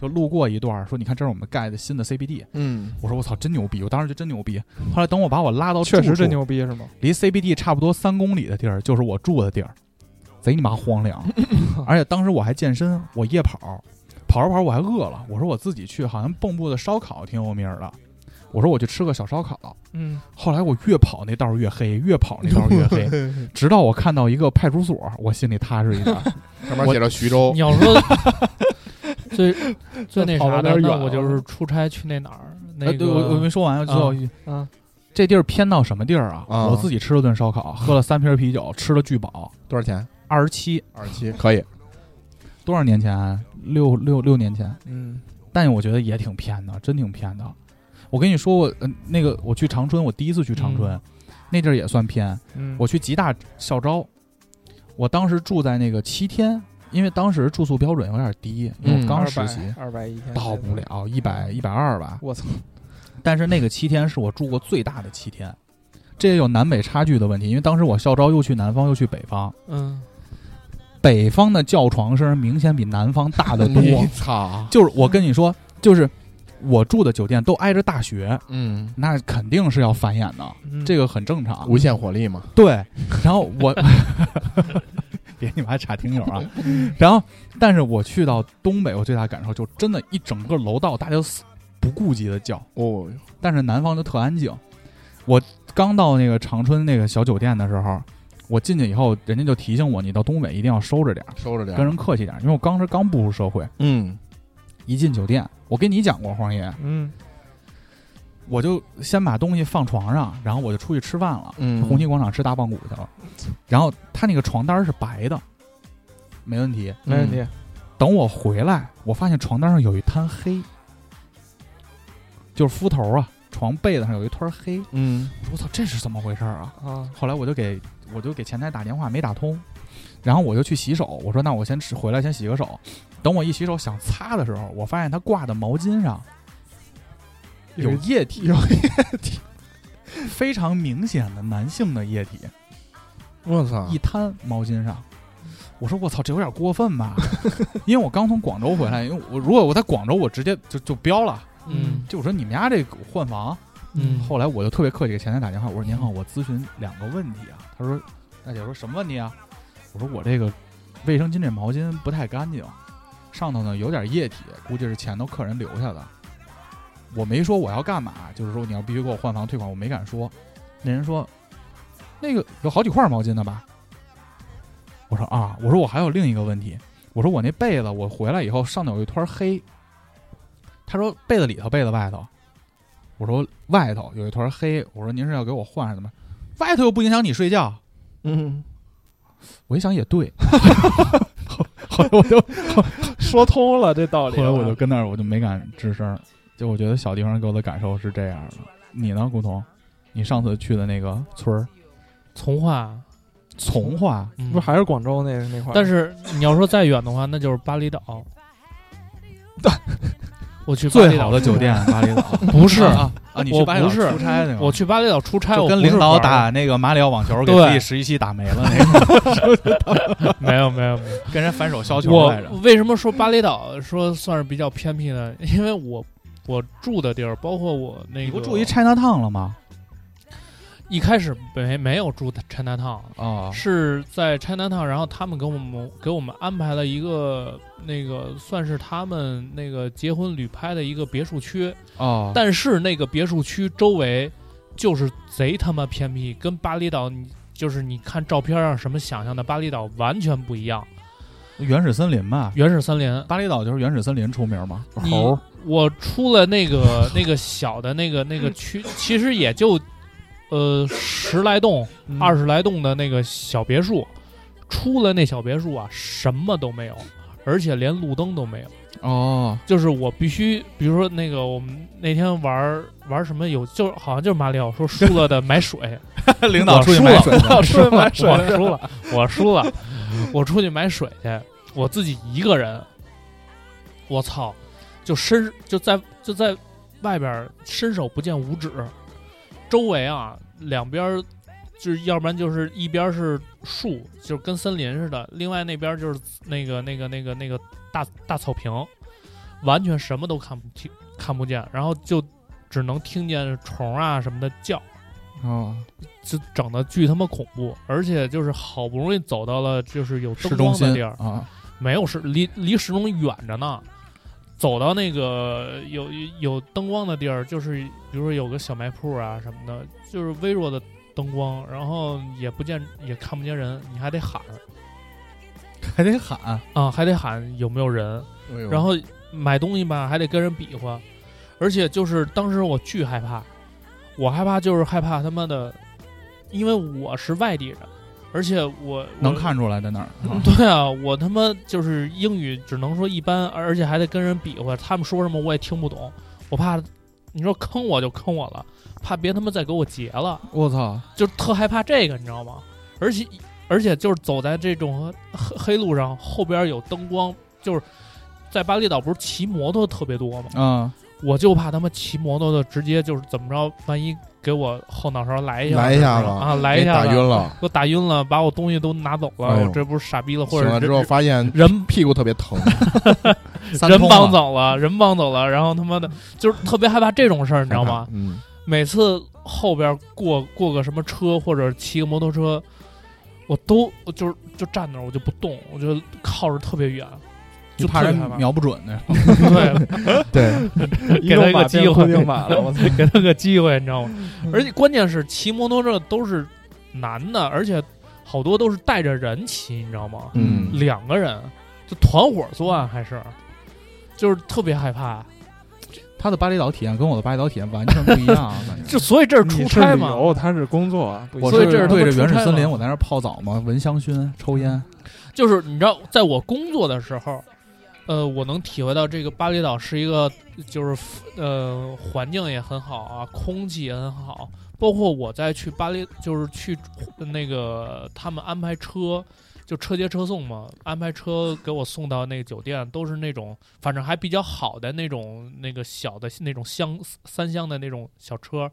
Speaker 3: 就路过一段儿说你看这是我们盖的新的 CBD，
Speaker 5: 嗯，
Speaker 3: 我说我操真牛逼，我当时就真牛逼。后来等我把我拉到
Speaker 4: 确实
Speaker 3: 住处
Speaker 4: 真，牛逼是吗？
Speaker 3: 离 CBD 差不多三公里的地儿就是我住的地儿，贼你妈荒
Speaker 4: (laughs)
Speaker 3: 凉。而且当时我还健身，我夜跑，跑着跑着我还饿了，我说我自己去，好像蚌埠的烧烤挺有名儿的，我说我去吃个小烧烤。
Speaker 4: 嗯，
Speaker 3: 后来我越跑那道儿越黑，越跑那道儿越
Speaker 4: (laughs)
Speaker 3: 黑，直到我看到一个派出所，我心里踏实一点儿。
Speaker 5: 上面写着徐州
Speaker 6: 你，要说最最那
Speaker 4: (laughs) 跑得
Speaker 6: 啥的
Speaker 4: 有点，远
Speaker 6: 那
Speaker 4: 了
Speaker 6: 我就是出差去那哪儿，那
Speaker 3: 哎，
Speaker 6: 个
Speaker 3: 对我我没说完，最后一句
Speaker 4: 啊
Speaker 3: 这地儿偏到什么地儿啊？
Speaker 5: 啊
Speaker 3: 我自己吃了顿烧烤，喝了三瓶啤酒，吃了巨饱，
Speaker 5: 多少钱？
Speaker 3: 二十七，
Speaker 5: 二十七，可以。
Speaker 3: 多少年前啊？六六六年前，
Speaker 4: 嗯，
Speaker 3: 但我觉得也挺偏的，真挺偏的。我跟你说，我、呃、那个我去长春，我第一次去长春，那地儿也算偏。
Speaker 4: 嗯
Speaker 3: 我去吉大校招，我当时住在那个七天，因为当时住宿标准有点低，因为
Speaker 5: 嗯
Speaker 3: 我刚实习，
Speaker 4: 二百一天
Speaker 3: 到不，了一百一百二吧。
Speaker 4: 嗯我操，
Speaker 3: 但是那个七天是我住过最大的七天，这也有南北差距的问题，因为当时我校招又去南方又去北方，
Speaker 6: 嗯，
Speaker 3: 北方的叫床声明显比南方大
Speaker 4: (laughs)
Speaker 3: 得多
Speaker 5: 你。操，
Speaker 3: 就是我跟你说，就是我住的酒店都挨着大学，
Speaker 5: 嗯，
Speaker 3: 那肯定是要繁衍的，
Speaker 4: 嗯
Speaker 3: 这个很正常。
Speaker 5: 无限火力嘛，
Speaker 3: 对，然后我，别你妈查听友啊！然后，但是我去到东北，我最大感受就真的，一整个楼道大家都死不顾及的叫，
Speaker 5: 哦，
Speaker 3: 但是南方就特安静。我刚到那个长春那个小酒店的时候，我进去以后，人家就提醒我，你到东北一定要收着点儿，
Speaker 5: 收着点
Speaker 3: 跟
Speaker 5: 儿，
Speaker 3: 人客气点儿，因为我当时刚步入社会，
Speaker 5: 嗯，
Speaker 3: 一进酒店，我跟你讲过，黄爷，
Speaker 4: 嗯
Speaker 3: 我就先把东西放床上，然后我就出去吃饭了，
Speaker 5: 嗯
Speaker 3: 红旗广场吃大棒骨去了，然后他那个床单是白的，没问题。
Speaker 4: 没问题，
Speaker 3: 等我回来，我发现床单上有一滩黑，就是敷头啊，床被子上有一团黑，
Speaker 4: 嗯
Speaker 3: 我说我操，这是怎么回事儿啊？
Speaker 4: 啊，
Speaker 3: 后来我就给我就给前台打电话没打通，然后我就去洗手，我说那我先吃回来先洗个手，等我一洗手想擦的时候，我发现它挂的毛巾上有液体，有液体， (laughs) 非常明显的男性的液体
Speaker 5: 我操
Speaker 3: 一滩毛巾上。我说我操，这有点过分吧？ (laughs) 因为我刚从广州回来，因为我如果我在广州，我直接就就标了，
Speaker 6: 嗯
Speaker 3: 就我说你们家这个换房，
Speaker 6: 嗯，
Speaker 3: 后来我就特别客气给前台打电话，我说您好，我咨询两个问题啊。他说，大姐说什么问题啊？我说我这个卫生巾这毛巾不太干净，上头呢有点液体，估计是前头客人留下的。我没说我要干嘛，就是说你要必须给我换房退款，我没敢说。那人说，那个有好几块毛巾呢吧？我说啊，我说我还有另一个问题，我说我那被子我回来以后上头有一团黑。他说被子里头，被子外头。我说外头有一团黑，我说您是要给我换上的吗？外头又不影响你睡觉。
Speaker 4: 嗯，
Speaker 3: 我一想也对，后来我就
Speaker 4: 说通了这道理
Speaker 3: 后来
Speaker 4: 了。
Speaker 3: 我就跟那儿我就没敢吱声，就我觉得小地方给我的感受是这样的。你呢，顾彤？你上次去的那个村儿，
Speaker 6: 从化，
Speaker 3: 从化，
Speaker 6: 嗯
Speaker 4: 不是还是广州那那块儿，
Speaker 6: 但是你要说再远的话，那就是巴
Speaker 3: (laughs)
Speaker 6: 厘岛。我 (laughs) 去巴厘
Speaker 3: 最
Speaker 6: 岛
Speaker 3: 好的酒
Speaker 6: 出
Speaker 3: 店，巴厘岛 (laughs)
Speaker 6: 不是，
Speaker 3: 啊啊！你去
Speaker 6: 我
Speaker 3: 巴厘岛
Speaker 6: 不是
Speaker 3: 出差去吗？
Speaker 6: 我去巴厘岛出差，
Speaker 3: 就
Speaker 6: 我
Speaker 3: 跟
Speaker 6: 不是
Speaker 3: 领导
Speaker 6: 玩儿
Speaker 3: 打那个马里奥网球，给
Speaker 6: 对
Speaker 3: 自己十一期打没了，那个
Speaker 6: (laughs) 没有没有没有。
Speaker 3: 跟人反手削球
Speaker 6: 我
Speaker 3: 来着。
Speaker 6: 为什么说巴厘岛说算是比较偏僻呢？因为我我住的地儿，包括我那个，
Speaker 3: 你不住一 China Town 了吗？
Speaker 6: 一开始没没有住 China Town，
Speaker 3: 啊
Speaker 6: 是在 China Town，然后他们给我们给我们安排了一个那个算是他们那个结婚旅拍的一个别墅区，
Speaker 3: 哦，
Speaker 6: 但是那个别墅区周围就是贼他妈偏僻，跟巴厘岛你就是你看照片上什么想象的巴厘岛完全不一样，
Speaker 3: 原始森林吧，
Speaker 6: 原始森林。
Speaker 3: 巴厘岛就是原始森林出名嘛，
Speaker 6: 你
Speaker 3: 猴儿
Speaker 6: 我出了那个 (laughs) 那个小的那个那个区，其实也就呃十来栋、
Speaker 4: 嗯
Speaker 6: 二十来栋的那个小别墅，出了那小别墅啊，什么都没有，而且连路灯都没有。 (laughs)
Speaker 3: 哦，
Speaker 6: 就是我必须，比如说那个我们那天玩儿玩儿什么有，就好像就是马里奥说输了的买水，
Speaker 3: 领
Speaker 6: 我
Speaker 3: 导
Speaker 6: 输
Speaker 3: 出
Speaker 6: 了，
Speaker 3: 去买水去
Speaker 6: 我输了，我 (laughs) 输
Speaker 3: 我
Speaker 6: 了，我输了，我出去买水去，我自己一个人，我操，就伸就在就在外边儿伸手不见五指，周围啊两边儿就是要不然就是一边儿是树，就是跟森林似的，另外那边儿就是那个那个那个那个大大草坪，完全什么都看不清看不见，然后就只能听见虫啊什么的叫。
Speaker 3: 哦，
Speaker 6: 就整的巨他妈恐怖，而且就是好不容易走到了就是有
Speaker 3: 市
Speaker 6: 灯
Speaker 3: 中
Speaker 6: 光的
Speaker 3: 心
Speaker 6: 地儿，
Speaker 3: 啊，
Speaker 6: 没有市离离市中远着呢。走到那个有有灯光的地儿，就是比如说有个小卖铺啊什么的，就是微弱的灯光，然后也不见也看不见人，你还得喊
Speaker 3: 还得喊，
Speaker 6: 啊，还得喊有没有人，
Speaker 5: 哎呦
Speaker 6: 然后买东西吧还得跟人比划，而且就是当时我巨害怕，我害怕就是害怕他妈的，因为我是外地人，而且我
Speaker 3: 能。
Speaker 6: 我
Speaker 3: 看出来在哪儿啊
Speaker 6: 对啊，我他妈就是英语只能说一般，而而且还得跟人比划，他们说什么我也听不懂，我怕你说坑我就坑我了，怕别他妈再给我劫了。
Speaker 3: 我
Speaker 4: (laughs)
Speaker 3: 操，
Speaker 6: 就特害怕这个，你知道吗？而且而且就是走在这种黑黑路上，后边有灯光，就是在巴厘岛不是骑摩托特别多吗？
Speaker 3: 嗯，
Speaker 6: 我就怕他们骑摩托的直接就是怎么着，万一给我后脑勺来一下，
Speaker 5: 来一下子
Speaker 6: 啊，来一
Speaker 5: 给
Speaker 6: 下
Speaker 5: 打
Speaker 6: 子
Speaker 5: 晕，了，
Speaker 6: 给我打晕了，把我东西都拿走了，
Speaker 5: 哎呦
Speaker 6: 我这不是傻逼了，或
Speaker 5: 醒
Speaker 6: 者
Speaker 5: 了之后
Speaker 6: 人
Speaker 5: 发现
Speaker 6: 人
Speaker 5: 屁股特别疼，
Speaker 3: 三
Speaker 6: 人
Speaker 3: 通啊
Speaker 6: 帮
Speaker 3: 了，
Speaker 6: 走了，人帮走了，然后他妈的就是特别害怕这种事儿，你知道吗？
Speaker 5: (laughs) 嗯，
Speaker 6: 每次后边过过个什么车或者骑个摩托车，我都我就是就站那儿，我就不动，我就靠着特别远，
Speaker 3: 就
Speaker 6: 就
Speaker 3: 怕
Speaker 6: 特
Speaker 3: 人
Speaker 6: 别害怕 (laughs)
Speaker 3: 瞄不准呢。
Speaker 6: 对， (laughs)
Speaker 5: 对，
Speaker 6: 给他一个机会，
Speaker 4: 定马了， (laughs) 我操！
Speaker 6: 给他个机会，你知道吗？而且关键是骑摩托车都是男的，而且好多都是带着人骑，你知道吗？
Speaker 5: 嗯，
Speaker 6: 两个人就团伙作案，还是就是特别害怕。
Speaker 3: 他的巴厘岛体验跟我的巴厘岛体验完全不一样啊，感觉
Speaker 6: 就所以 (laughs) 这是出
Speaker 4: 你是
Speaker 6: 差
Speaker 4: 旅
Speaker 6: 嘛？
Speaker 4: 游，他是工作，啊不一
Speaker 3: 我
Speaker 6: 所以
Speaker 4: 样
Speaker 6: 这是他
Speaker 3: 对
Speaker 6: 们
Speaker 3: 着
Speaker 6: 出
Speaker 3: 原始
Speaker 6: 差嗯
Speaker 3: 森林，
Speaker 6: 嘛
Speaker 3: 我在那儿泡澡嘛，闻香薰，抽烟。
Speaker 6: 就是你知道，在我工作的时候，呃，我能体会到这个巴厘岛是一个，就是呃，环境也很好啊，空气也很好，包括我在去巴厘，就是去呃那个他们安排车，就车接车送嘛，安排车给我送到那个酒店，都是那种反正还比较好的那种那个小的那种厢三厢的那种小车，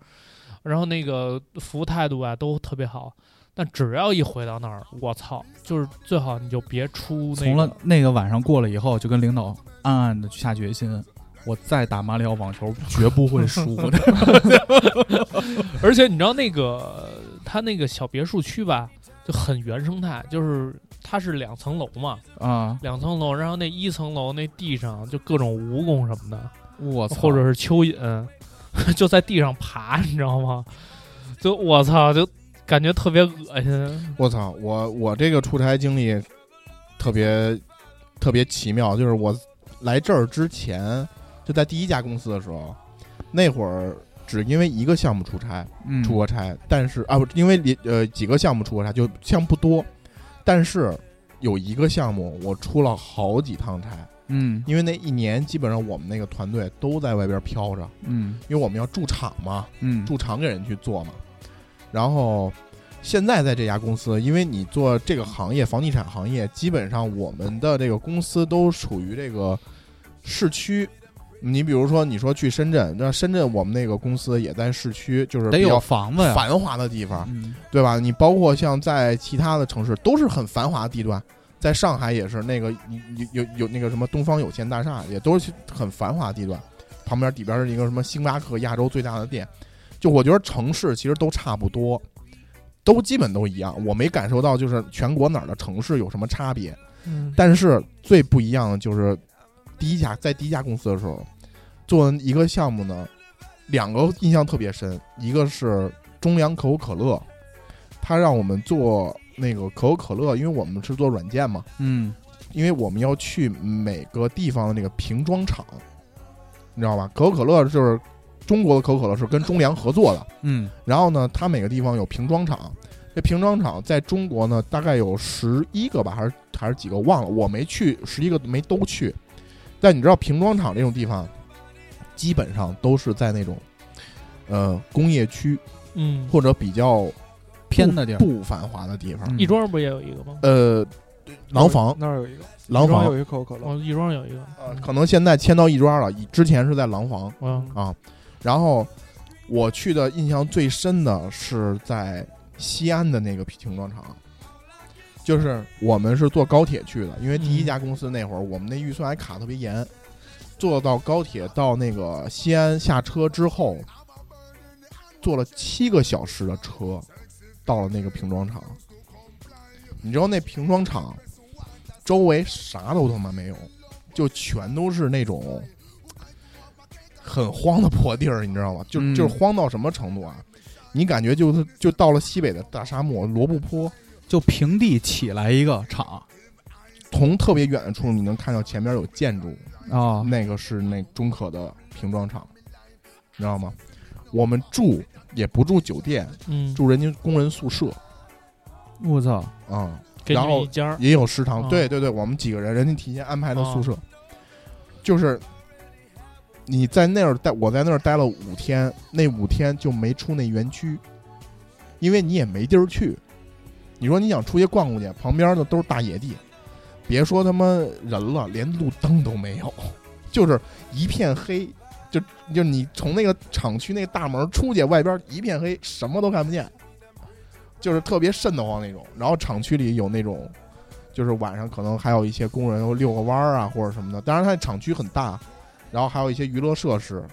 Speaker 6: 然后那个服务态度啊都特别好。但只要一回到那儿，我操，就是最好你就别出那
Speaker 3: 从
Speaker 6: 个
Speaker 3: 了那个晚上过了以后，就跟领导暗暗的下决心，我再打马里奥网球绝不会输的。
Speaker 6: (laughs) 而且你知道那个他那个小别墅区吧，就很原生态，就是它是两层楼嘛，
Speaker 3: 啊！
Speaker 6: 两层楼，然后那一层楼那地上就各种蜈蚣什么的，
Speaker 3: 我操！
Speaker 6: 或者是蚯蚓， (laughs) 就在地上爬，你知道吗？就我操，就感觉特别恶心。
Speaker 5: 我操，我我这个出差经历特别特别奇妙，就是我来这儿之前，就在第一家公司的时候，那会儿只因为一个项目出差
Speaker 3: 嗯
Speaker 5: 出过差，但是啊不，因为里呃几个项目出过差，就项目不多，但是有一个项目我出了好几趟差，
Speaker 3: 嗯
Speaker 5: 因为那一年基本上我们那个团队都在外边飘着，
Speaker 3: 嗯
Speaker 5: 因为我们要驻场嘛，
Speaker 3: 嗯，
Speaker 5: 驻场给人去做嘛。然后现在在这家公司，因为你做这个行业，房地产行业，基本上我们的这个公司都属于这个市区。你比如说，你说去深圳，那深圳我们那个公司也在市区，就是
Speaker 3: 得
Speaker 5: 比
Speaker 3: 有
Speaker 5: 较啊
Speaker 3: 房子呀。
Speaker 5: 繁华的地方，
Speaker 3: 嗯
Speaker 5: 对吧？你包括像在其他的城市都是很繁华的地段，在上海也是那个有有有那个什么东方有线大厦，也都是很繁华的地段，旁边底边是一个什么星巴克亚洲最大的店，就我觉得城市其实都差不多，都基本都一样，我没感受到就是全国哪儿的城市有什么差别，
Speaker 6: 嗯，
Speaker 5: 但是最不一样的就是第一家在第一家公司的时候做一个项目呢，两个印象特别深，一个是中粮可口可乐，他让我们做那个可口可乐，因为我们是做软件嘛，
Speaker 3: 嗯
Speaker 5: 因为我们要去每个地方的那个瓶装厂，你知道吧？可口可乐就是中国的可口可乐是跟中粮合作的，
Speaker 3: 嗯
Speaker 5: 然后呢，它每个地方有瓶装厂，这瓶装厂在中国呢大概有十一个吧，还是还是几个忘了，我没去，十一个没都去。但你知道瓶装厂这种地方，基本上都是在那种呃工业区
Speaker 6: 嗯，
Speaker 5: 或者比较
Speaker 3: 偏的地儿
Speaker 5: 不繁华的地方。
Speaker 3: 嗯
Speaker 6: 亦庄不也有一个吗？
Speaker 5: 呃，廊坊，
Speaker 4: 那儿有一个，
Speaker 5: 廊
Speaker 4: 一庄
Speaker 5: 坊
Speaker 4: 有，一可口可乐，
Speaker 6: 哦，亦庄有一个。
Speaker 5: 呃可能现在迁到亦庄了，以之前是在廊坊。
Speaker 6: 嗯，
Speaker 5: 啊。然后我去的印象最深的是在西安的那个瓶装厂，就是我们是坐高铁去的，因为第一
Speaker 6: 嗯
Speaker 5: 家公司那会儿我们那预算还卡特别严，坐到高铁到那个西安下车之后，坐了七个小时的车，到了那个瓶装厂。你知道那瓶装厂周围啥都他妈没有，就全都是那种很荒的破地儿，你知道吗？就
Speaker 3: 嗯
Speaker 5: 就是荒到什么程度啊？你感觉就是就到了西北的大沙漠罗布泊，
Speaker 3: 就平地起来一个厂
Speaker 5: 从特别远的处你能看到前面有建筑，
Speaker 3: 啊，
Speaker 5: 那个是那中可的瓶装厂，你知道吗？我们住也不住酒店，
Speaker 6: 嗯，
Speaker 5: 住人家工人宿舍
Speaker 3: 我操！
Speaker 5: 啊、
Speaker 6: 给你
Speaker 5: 然
Speaker 6: 们
Speaker 5: 后
Speaker 6: 一家儿。
Speaker 5: 也有食堂。
Speaker 6: 哦
Speaker 5: 对对对，我们几个人，人家提前安排的宿舍，就是你在那儿待，我在那儿待了五天，那五天就没出那园区，因为你也没地儿去。你说你想出去逛逛去，旁边的都是大野地，别说他妈人了，连路灯都没有， (laughs) 就是一片黑。就就你从那个厂区那个大门出去，外边一片黑，什么都看不见，就是特别瘆得慌那种。然后厂区里有那种就是晚上可能还有一些工人会遛个弯儿啊，或者什么的。当然，它厂区很大，然后还有一些娱乐设施，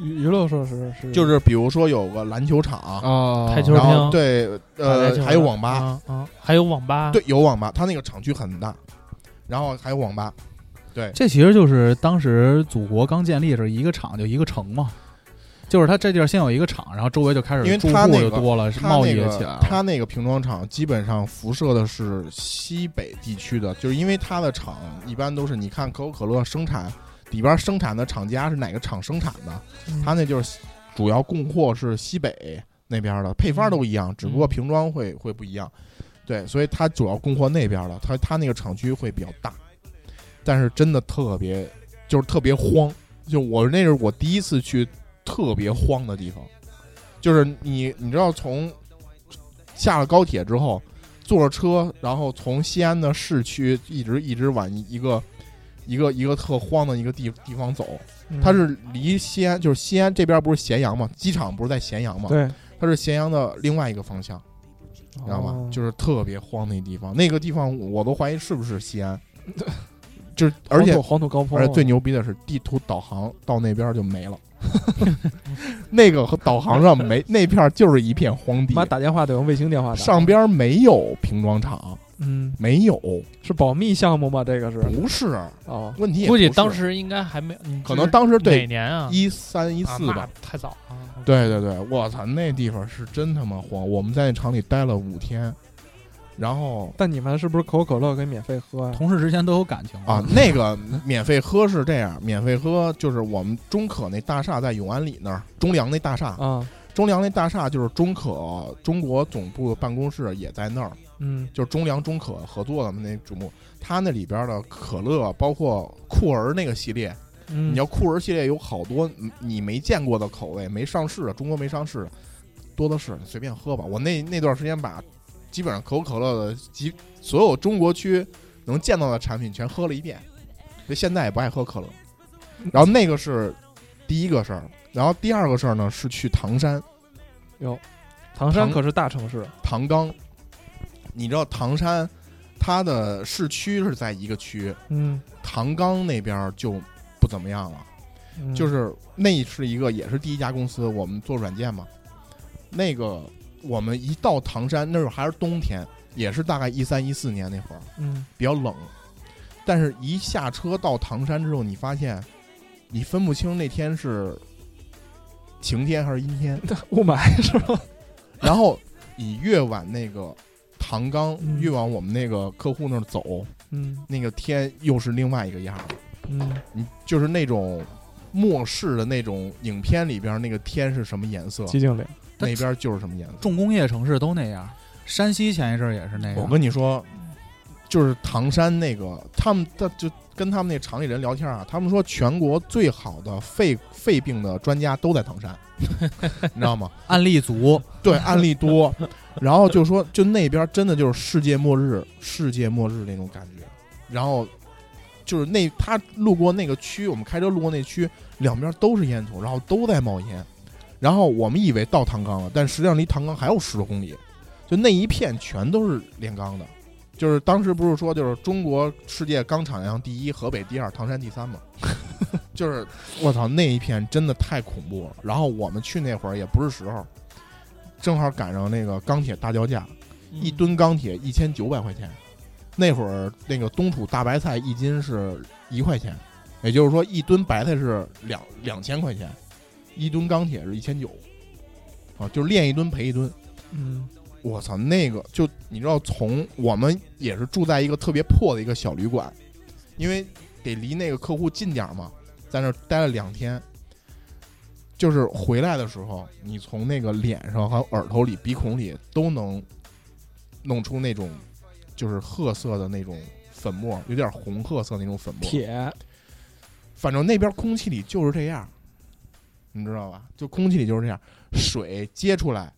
Speaker 4: 娱娱乐设施是
Speaker 5: 就是比如说有个篮球场，
Speaker 3: 嗯
Speaker 4: 哦
Speaker 3: 啊
Speaker 6: 台球
Speaker 5: 然
Speaker 6: 厅
Speaker 5: 后对，呃，还有网吧，
Speaker 6: 啊，啊还有网吧。
Speaker 5: 对，有网吧。它那个厂区很大，然后还有网吧。
Speaker 3: 这其实就是当时祖国刚建立的时候，一个厂就一个城嘛，就是它这地儿先有一个厂，然后周围就开
Speaker 5: 因
Speaker 3: 始
Speaker 5: 为
Speaker 3: 住
Speaker 5: 它
Speaker 3: 户
Speaker 5: 那
Speaker 3: 就
Speaker 5: 个
Speaker 3: 多了，是
Speaker 5: 它
Speaker 3: 贸易
Speaker 5: 那
Speaker 3: 也
Speaker 5: 个
Speaker 3: 起来了。
Speaker 5: 它那个瓶装厂基本上辐射的是西北地区的，就是因为它的厂一般都是你看可口可乐生产里边生产的厂家是哪个厂生产的，
Speaker 6: 嗯
Speaker 5: 它那就是主要供货是西北那边的，配方都一样，只不
Speaker 6: 嗯
Speaker 5: 过瓶装会会不一样。对，所以它主要供货那边的，它它那个厂区会比较大。但是真的特别，就是特别荒。就我那是我第一次去特别荒的地方，就是你你知道从下了高铁之后，坐着车，然后从西安的市区一直一直往一个一个一个特荒的一个地地方走。
Speaker 4: 嗯
Speaker 5: 它是离西安，就是西安这边不是咸阳嘛，机场不是在咸阳嘛，
Speaker 4: 对，
Speaker 5: 它是咸阳的另外一个方向，你知道吗？
Speaker 4: 哦
Speaker 5: 就是特别荒那地方，那个地方我都怀疑是不是西安，就是而且
Speaker 4: 黄土黄土高啊坡，
Speaker 5: 而且最牛逼的是地图导航到那边就没了， (laughs) 那个和导航上没那片儿就是一片荒地
Speaker 4: 妈，打电话得用卫星电话打，
Speaker 5: 上边没有瓶装厂，
Speaker 4: 嗯
Speaker 5: 没有，
Speaker 4: 是保密项目吗？这个是
Speaker 5: 不是
Speaker 4: 哦，
Speaker 5: 问题也不
Speaker 6: 估
Speaker 5: 是，
Speaker 6: 计当时应该还没，你
Speaker 5: 可
Speaker 6: 这
Speaker 5: 能
Speaker 6: 是
Speaker 5: 当时
Speaker 6: 哪
Speaker 5: 对
Speaker 6: 年啊？
Speaker 5: 一三一
Speaker 6: 一
Speaker 5: 四吧。，
Speaker 6: 太早啊了。
Speaker 5: 对对对，我操，那地方是真他妈荒！我们在那厂里待了五天，然后
Speaker 4: 但你们是不是可口可乐可以免费喝啊呀？
Speaker 3: 同事之间都有感情
Speaker 5: 啊，那个免费喝是这样，免费喝就是我们中可那大厦在永安里那儿，中粮那大厦，
Speaker 4: 啊，
Speaker 5: 中粮那大厦就是中可中国总部办公室也在那儿，
Speaker 4: 嗯，
Speaker 5: 就是中粮中可合作的那主目，它那里边的可乐，包括酷儿那个系列，
Speaker 4: 你
Speaker 5: 你要酷儿系列有好多你你没见过的口味，没上市的，中国没上市的多的是，你随便喝吧。我那那段时间把基本上可口可乐的几所有中国区能见到的产品全喝了一遍，所以现在也不爱喝可乐。然后那个是第一个事儿，然后第二个事儿呢是去唐山
Speaker 4: 唐山
Speaker 5: 唐
Speaker 4: 可是大城市，
Speaker 5: 唐冈，你知道唐山它的市区是在一个区，
Speaker 4: 嗯，
Speaker 5: 唐冈那边儿就不怎么样了。
Speaker 4: 嗯
Speaker 5: 就是那是一个也是第一家公司，我们做软件嘛。那个我们一到唐山，那时候还是冬天，也是大概一三一四年那会儿，
Speaker 4: 嗯，
Speaker 5: 比较冷。但是，一下车到唐山之后，你发现你分不清那天是晴天还是阴天。
Speaker 4: (laughs) 雾霾是吧？
Speaker 5: (laughs) 然后你越往那个唐冈，
Speaker 4: 嗯
Speaker 5: 越往我们那个客户那儿走，
Speaker 4: 嗯
Speaker 5: 那个天又是另外一个样儿。
Speaker 4: 嗯，
Speaker 5: 你就是那种末世的那种影片里边那个天是什么颜色，
Speaker 4: 寂静岭，
Speaker 5: 那边就是什么颜色。
Speaker 3: 重工业城市都那样，山西前一阵儿也是那
Speaker 5: 我
Speaker 3: 样。
Speaker 5: 跟你说，就是唐山那个，他们他就跟他们那厂里人聊天啊，他们说全国最好的肺肺病的专家都在唐山，你知道吗？
Speaker 3: 案例足，
Speaker 5: 对，案例多，然后就说就那边真的就是世界末日，世界末日那种感觉，然后。就是那他路过那个区，我们开车路过那区，两边都是烟囱，然后都在冒烟，然后我们以为到唐冈了，但实际上离唐冈还有十多公里，就那一片全都是炼钢的，就是当时不是说就是中国世界钢产量第一，河北第二，唐山第三嘛， (laughs) 就是我操那一片真的太恐怖了。然后我们去那会儿也不是时候，正好赶上那个钢铁大降价，
Speaker 6: 嗯
Speaker 5: 一吨钢铁一千九百块钱，那会儿那个冬储大白菜一斤是一块钱，也就是说一吨白菜是两两千块钱，一吨钢铁是一千九，啊，就是练一吨赔一吨。
Speaker 4: 嗯
Speaker 5: 我操，那个就你知道，从我们也是住在一个特别破的一个小旅馆，因为得离那个客户近点儿嘛，在那儿待了两天。就是回来的时候，你从那个脸上还有耳朵里、鼻孔里都能弄出那种就是褐色的那种粉末，有点红褐色那种粉末。
Speaker 4: 铁，
Speaker 5: 反正那边空气里就是这样，你知道吧？就空气里就是这样，水接出来，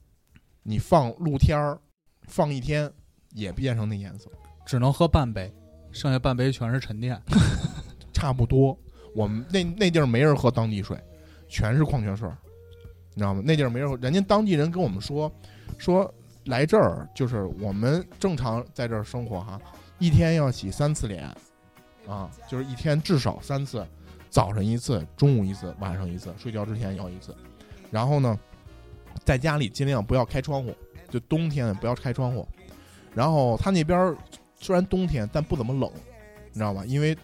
Speaker 5: 你放露天儿，放一天也变成那颜色，
Speaker 3: 只能喝半杯，剩下半杯全是沉淀。
Speaker 5: 差不多。我们那那地儿没人喝当地水，全是矿泉水儿，你知道吗？那地儿没人喝，人家当地人跟我们说，说来这儿就是我们正常在这儿生活哈，一天要洗三次脸，啊，就是一天至少三次，早晨一次，中午一次，晚上一次，睡觉之前也要一次。然后呢，在家里尽量不要开窗户，就冬天不要开窗户。然后他那边儿虽然冬天，但不怎么冷，你知道吧？因为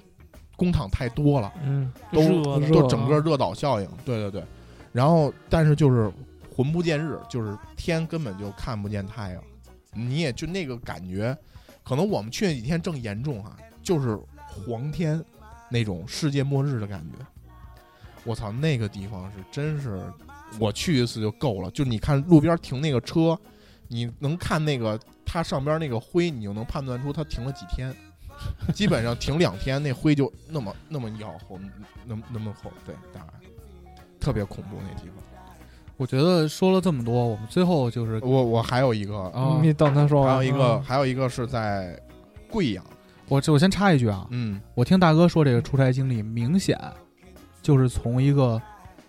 Speaker 5: 工厂太多了，
Speaker 4: 嗯，
Speaker 5: 都
Speaker 6: 热的
Speaker 5: 都整个热岛效应。对对对，然后但是就是魂不见日，就是天根本就看不见太阳，你也就那个感觉，可能我们去那几天正严重啊，就是黄天那种世界末日的感觉。我操，那个地方是真是，我去一次就够了。就你看路边停那个车，你能看那个它上边那个灰，你就能判断出它停了几天。基本上停两天，那灰就那么那么腰厚，那么那么厚，对，大概特别恐怖那地方。
Speaker 3: 我觉得说了这么多，我们最后就是
Speaker 5: 我我还有一个，
Speaker 3: 啊，
Speaker 4: 你等他说
Speaker 5: 还
Speaker 4: 完。
Speaker 5: 有一个
Speaker 3: 嗯
Speaker 5: 还有一个是在贵阳，
Speaker 3: 我我先插一句啊，
Speaker 5: 嗯，
Speaker 3: 我听大哥说这个出差经历，明显就是从一个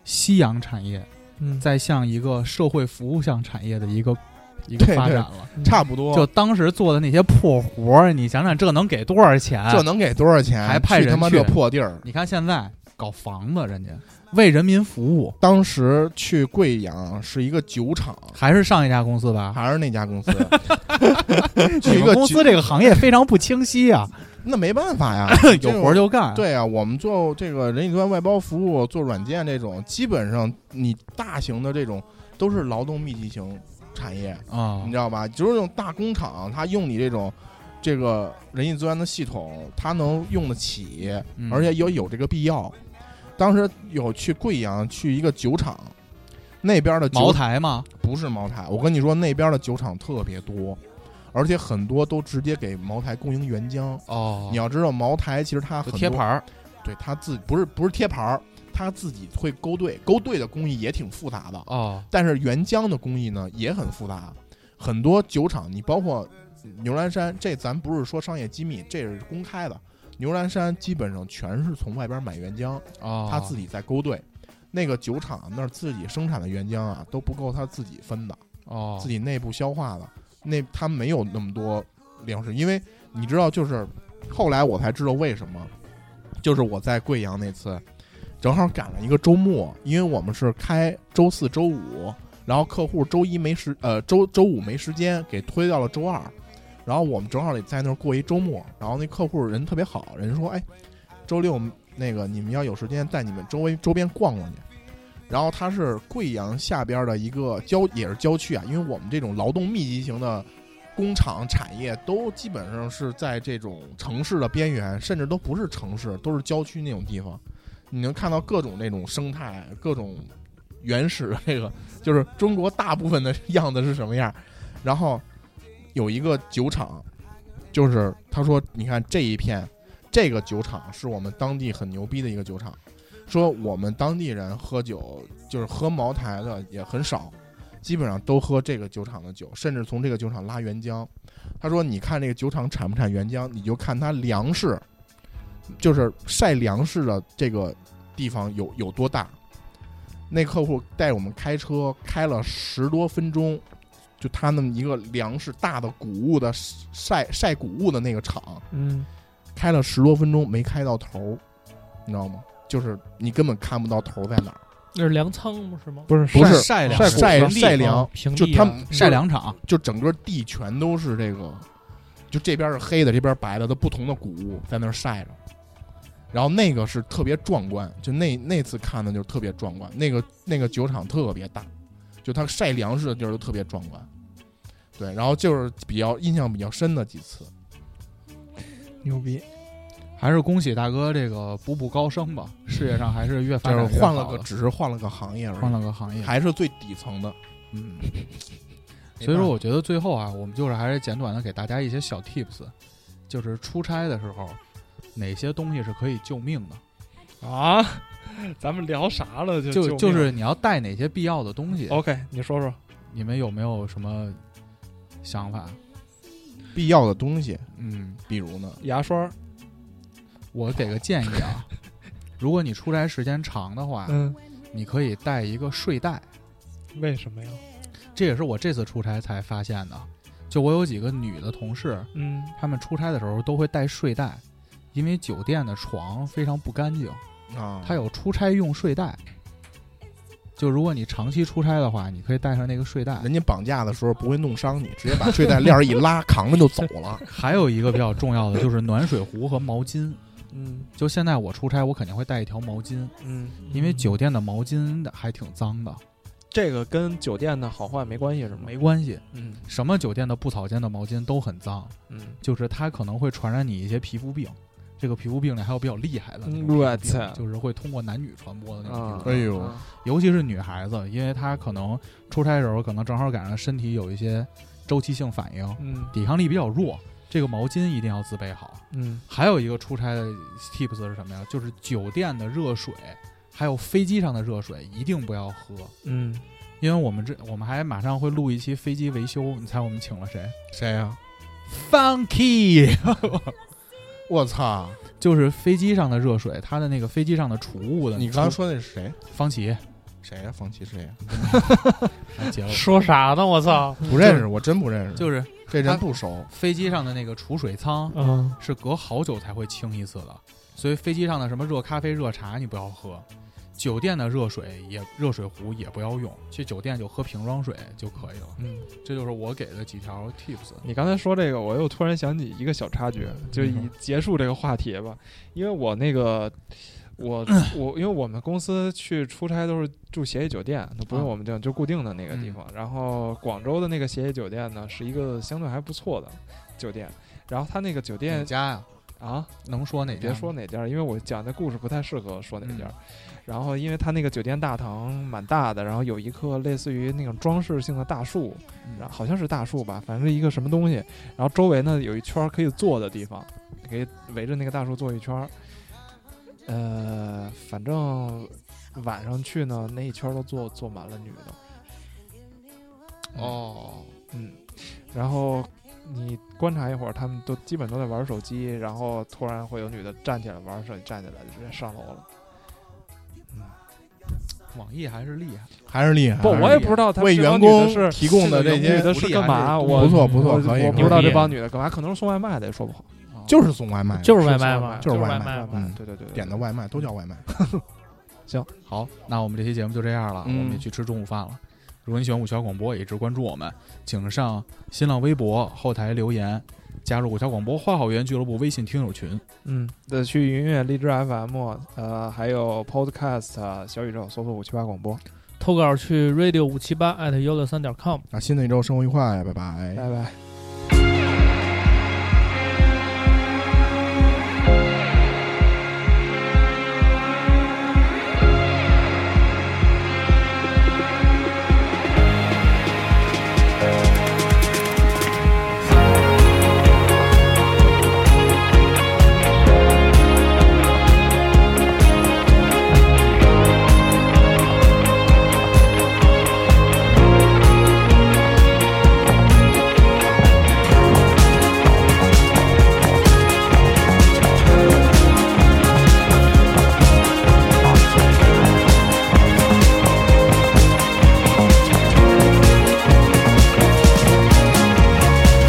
Speaker 3: 夕阳产业，
Speaker 4: 嗯，
Speaker 3: 再向一个社会服务项产业的一个一个
Speaker 5: 对
Speaker 3: 发
Speaker 5: 对
Speaker 3: 展了。
Speaker 5: 差不多，
Speaker 3: 嗯就当时做的那些破活儿，你想想这能给多少钱？
Speaker 5: 这能给多少钱？
Speaker 3: 啊还派
Speaker 5: 去
Speaker 3: 人
Speaker 5: 他妈
Speaker 3: 去
Speaker 5: 这破地儿。
Speaker 3: 你看现在搞房子，人家为人民服务，
Speaker 5: 当时去贵阳是一个酒厂，
Speaker 3: 还是上一家公司吧？
Speaker 5: 还是那家
Speaker 3: (laughs)
Speaker 5: 公司，
Speaker 3: 你
Speaker 5: 去一
Speaker 3: 们
Speaker 5: 个
Speaker 3: 公
Speaker 5: 酒
Speaker 3: 司这个行业非常不清晰
Speaker 5: (laughs)
Speaker 3: 啊，，
Speaker 5: 那没办法呀
Speaker 3: (laughs) 有活儿
Speaker 5: 就。
Speaker 3: 就干。，
Speaker 5: 对啊，我们做这个人云端外包服务、做软件这种，基本上你大型的这种都是劳动密集型产业，
Speaker 3: 啊
Speaker 5: 你，知道吧？就是这种大工厂，它用你这种这个人力资源的系统，它能用得起，
Speaker 3: 嗯
Speaker 5: 而且有有这个必要。当时有去贵阳去一个酒厂，那边的酒
Speaker 3: 茅台嘛，
Speaker 5: 不是茅台，我跟你说那边的酒厂特别多，而且很多都直接给茅台供应原浆。
Speaker 3: 哦，
Speaker 5: 你要知道，茅台其实它很
Speaker 3: 就
Speaker 5: 多
Speaker 3: 贴牌儿，
Speaker 5: 对他自己不是不是贴牌儿，他自己会勾兑，勾兑的工艺也挺复杂的，啊
Speaker 3: 哦，
Speaker 5: 但是原浆的工艺呢也很复杂，很多酒厂你包括牛栏山，这咱不是说商业机密，这是公开的。牛栏山基本上全是从外边买原浆，
Speaker 3: 哦，
Speaker 5: 他自己在勾兑。那个酒厂那儿自己生产的原浆啊，都不够他自己分的，
Speaker 3: 哦
Speaker 5: 自己内部消化的。那他没有那么多粮食，因为你知道，就是后来我才知道为什么，就是我在贵阳那次，正好赶了一个周末，因为我们是开周四周五，然后客户周一没时，呃，周周五没时间，给推到了周二，然后我们正好得在那儿过一周末，然后那客户人特别好，人说，哎，周六那个你们要有时间带你们周围周边逛逛去。然后它是贵阳下边的一个郊，也是郊区啊，因为我们这种劳动密集型的工厂产业都基本上是在这种城市的边缘，甚至都不是城市，都是郊区那种地方。你能看到各种那种生态，各种原始的那个，就是中国大部分的样子是什么样。然后有一个酒厂，就是他说，你看这一片，这个酒厂是我们当地很牛逼的一个酒厂。说我们当地人喝酒就是喝茅台的也很少，基本上都喝这个酒厂的酒，甚至从这个酒厂拉原浆。他说：“你看这个酒厂产不产原浆，你就看它粮食，就是晒粮食的这个地方有有多大。”那客户带我们开车开了十多分钟，就他那么一个粮食大的谷物的晒晒谷物的那个厂，
Speaker 4: 嗯，
Speaker 5: 开了十多分钟没开到头儿，你知道吗？就是你根本看不到头儿在哪儿，
Speaker 6: 那是粮仓吗？是吗？
Speaker 4: 不是
Speaker 5: 不是
Speaker 3: 晒
Speaker 5: 晒
Speaker 3: 粮
Speaker 5: 谷晒
Speaker 6: 平地
Speaker 5: 晒粮
Speaker 6: 啊平
Speaker 5: 就
Speaker 6: 地
Speaker 5: 他
Speaker 6: 啊，
Speaker 5: 们
Speaker 3: 晒粮场，
Speaker 5: 就整个地全都是这个，就这边是黑的，这边白的，它不同的谷物在那儿晒着。然后那个是特别壮观，就那那次看的就特别壮观，那个那个酒厂特别大，就它晒粮食的地儿都特别壮观。对，然后就是比较印象比较深的几次，
Speaker 4: 牛逼，
Speaker 3: 还是恭喜大哥这个步步高升吧，事业上还是越发
Speaker 5: 就
Speaker 3: 展
Speaker 5: 是
Speaker 3: 越
Speaker 5: 换了
Speaker 3: 好
Speaker 5: 个，只是换了个行业而已，
Speaker 3: 换了个行业，
Speaker 5: 还是最底层的。
Speaker 3: 嗯。
Speaker 5: 没
Speaker 3: 所以
Speaker 5: 办
Speaker 3: 说，
Speaker 5: 法
Speaker 3: 我觉得最后啊，我们就是还是简短的给大家一些小 tips，就是出差的时候，哪些东西是可以救命的，
Speaker 4: 啊！咱们聊啥了？就
Speaker 3: 就就
Speaker 4: 救命
Speaker 3: 是你要带哪些必要的东
Speaker 5: 哦
Speaker 3: 西。
Speaker 4: OK，你说说。
Speaker 3: 你们有没有什么想法？
Speaker 5: 必要的东西，
Speaker 3: 嗯，
Speaker 5: 比如呢，
Speaker 4: 牙刷儿，
Speaker 3: 我给个建议
Speaker 5: (laughs)
Speaker 3: 啊，如果你出差时间长的话，
Speaker 4: 嗯，
Speaker 3: 你可以带一个睡袋，
Speaker 4: 为什么呀？
Speaker 3: 这也是我这次出差才发现的。就我有几个女的同事，
Speaker 4: 嗯，
Speaker 3: 她们出差的时候都会带睡袋，因为酒店的床非常不干净，
Speaker 5: 啊，
Speaker 3: 它有出差用睡袋。就如果你长期出差的话，你可以带上那个睡袋。
Speaker 5: 人家绑架的时候不会弄伤你，直接把睡袋链儿一 (laughs) 拉，扛着就走了。
Speaker 3: 还有一个比较重要的就是暖水壶和毛巾。
Speaker 4: 嗯
Speaker 3: 就现在我出差，我肯定会带一条毛巾，
Speaker 4: 嗯，
Speaker 3: 因为酒店的毛巾还挺脏的。
Speaker 4: 这个跟酒店的好坏没关系是吗？
Speaker 3: 没关系，
Speaker 4: 嗯
Speaker 3: 什么酒店的不草间的毛巾都很脏，
Speaker 4: 嗯，
Speaker 3: 就是它可能会传染你一些皮肤病。这个皮肤病里还有比较厉害的那种
Speaker 4: 嗯我
Speaker 3: 皮肤病
Speaker 4: 操
Speaker 3: 就是会通过男女传播的那种
Speaker 4: 啊
Speaker 3: 皮肤，
Speaker 5: 哎
Speaker 3: 病。
Speaker 5: 呦
Speaker 4: 啊
Speaker 3: 尤其是女孩子，因为她可能出差的时候，可能正好赶上身体有一些周期性反应，
Speaker 4: 嗯
Speaker 3: 抵抗力比较弱，这个毛巾一定要自备好。
Speaker 4: 嗯
Speaker 3: 还有一个出差的 tips 是什么呀？就是酒店的热水，还有飞机上的热水一定不要喝，
Speaker 4: 嗯，
Speaker 3: 因为我们这我们还马上会录一期飞机维修。你猜我们请了谁
Speaker 5: 谁啊呀？
Speaker 3: ？Funky，
Speaker 5: 我操！
Speaker 3: 就是飞机上的热水，它的那个飞机上的储物的。
Speaker 5: 你刚才说那是谁？
Speaker 3: 方琦，
Speaker 5: (laughs) 谁呀？方琦是谁啊呀？
Speaker 3: 哎结了
Speaker 6: 说啥呢？我操！
Speaker 5: (laughs) 不认识，我真不认识。
Speaker 3: 就是
Speaker 5: 这人不熟。
Speaker 3: 飞机上的那个储水仓
Speaker 6: 嗯，
Speaker 3: 是隔好久才会清一次的，所以飞机上的什么热咖啡、热茶你不要喝，酒店的热水也热水壶也不要用，去酒店就喝瓶装水就可以了。
Speaker 4: 嗯，
Speaker 3: 这就是我给的几条 tips。
Speaker 4: 你刚才说这个，我又突然想起一个小插曲，就以结束这个话题吧，因为我那个。我我因为我们公司去出差都是住协议酒店，那不用
Speaker 3: 啊
Speaker 4: 我们订，就固定的那个地方。然后广州的那个协议酒店呢，是一个相对还不错的酒店。然后它那个酒
Speaker 3: 哪
Speaker 4: 店
Speaker 5: 嗯
Speaker 3: 家呀？
Speaker 4: 啊，
Speaker 3: 能说哪家？嗯
Speaker 4: 别说哪家儿，因为我讲的故事不太适合说哪家儿。然后，因为它那个酒店大堂蛮大的，然后有一棵类似于那种装饰性的大树，
Speaker 3: 嗯，
Speaker 4: 然后好像是大树吧，反正是一个什么东西。然后周围呢有一圈儿可以坐的地方，你可以围着那个大树坐一圈儿。呃，反正晚上去呢，那一圈儿都坐坐满了女的。
Speaker 3: 哦，
Speaker 4: 嗯，然后你观察一会儿，他们都基本都在玩手机，然后突然会有女的站起来玩手机，站起来就直接上楼了。
Speaker 3: 网易还是厉害。
Speaker 5: (laughs) 还是厉害。
Speaker 4: 不，
Speaker 5: 还是
Speaker 4: 我也
Speaker 5: 厉
Speaker 4: 不知道他
Speaker 5: 害
Speaker 4: 们
Speaker 5: 啊为
Speaker 4: 这帮
Speaker 5: 员
Speaker 4: 女的
Speaker 5: 工
Speaker 4: 是
Speaker 5: 提供的这
Speaker 4: 这个女
Speaker 5: 些
Speaker 4: 的是干嘛？
Speaker 3: 福利还是
Speaker 5: 不
Speaker 4: 我
Speaker 5: 错不
Speaker 4: 我
Speaker 5: 错，可以。
Speaker 4: 我
Speaker 5: 可
Speaker 4: 不
Speaker 5: 以
Speaker 4: 知道这
Speaker 6: 牛逼
Speaker 4: 帮女的干嘛，可能是送外卖的，也说不好。
Speaker 5: 就是送外卖，
Speaker 6: 就是
Speaker 4: 是
Speaker 6: 外
Speaker 4: 送
Speaker 6: 卖
Speaker 4: 外
Speaker 6: 嘛，
Speaker 4: 卖
Speaker 5: 就是
Speaker 6: 外
Speaker 5: 外
Speaker 6: 卖
Speaker 5: 卖
Speaker 6: 嘛。
Speaker 5: 嗯
Speaker 4: 对对对，对
Speaker 5: 点的。外卖都叫外卖。
Speaker 3: 好，那我们这期节目就这样了，
Speaker 5: 嗯
Speaker 3: 我们也去吃中午饭了。如果你喜欢五桥广播，也一直关注我们，请上新浪微博后台留言，加入五桥广播花好园俱乐部微信听友群。
Speaker 4: 嗯，对，去云音乐、荔枝 FM，呃，还有 Podcast、小呃宇宙搜索五七八广播。
Speaker 6: 投稿去 radio 五七八 at 幺六三点 com。
Speaker 5: 啊，新的一周生活愉快，拜拜。
Speaker 4: 拜拜。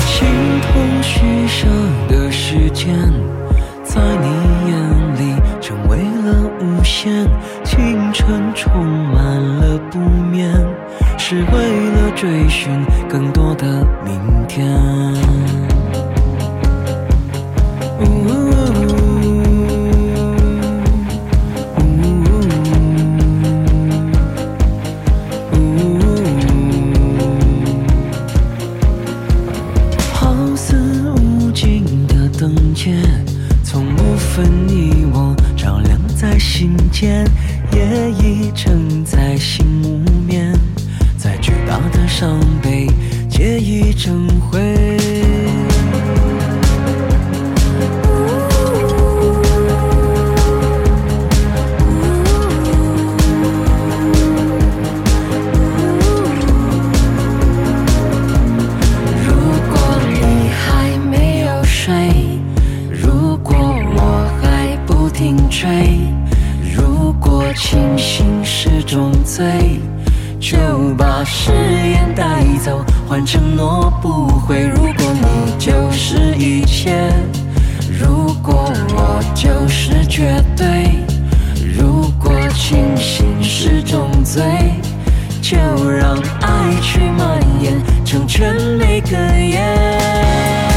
Speaker 7: 形同虚设的时间，在你眼里成为了无限。青春充满了不眠，是为了追寻更多的明天。呜呜呜呜好似无尽的灯节，从不分你我，照亮在心间，夜已沉在心无眠，在巨大的伤悲，皆已成灰。如果你还没有睡，如果我还不停追，如果清醒是种罪，就把誓言带走，换成诺不悔。如果你就是一切，如果我就是绝对，如果清醒是种罪。就让爱去蔓延，成全每个夜。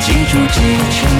Speaker 8: 气球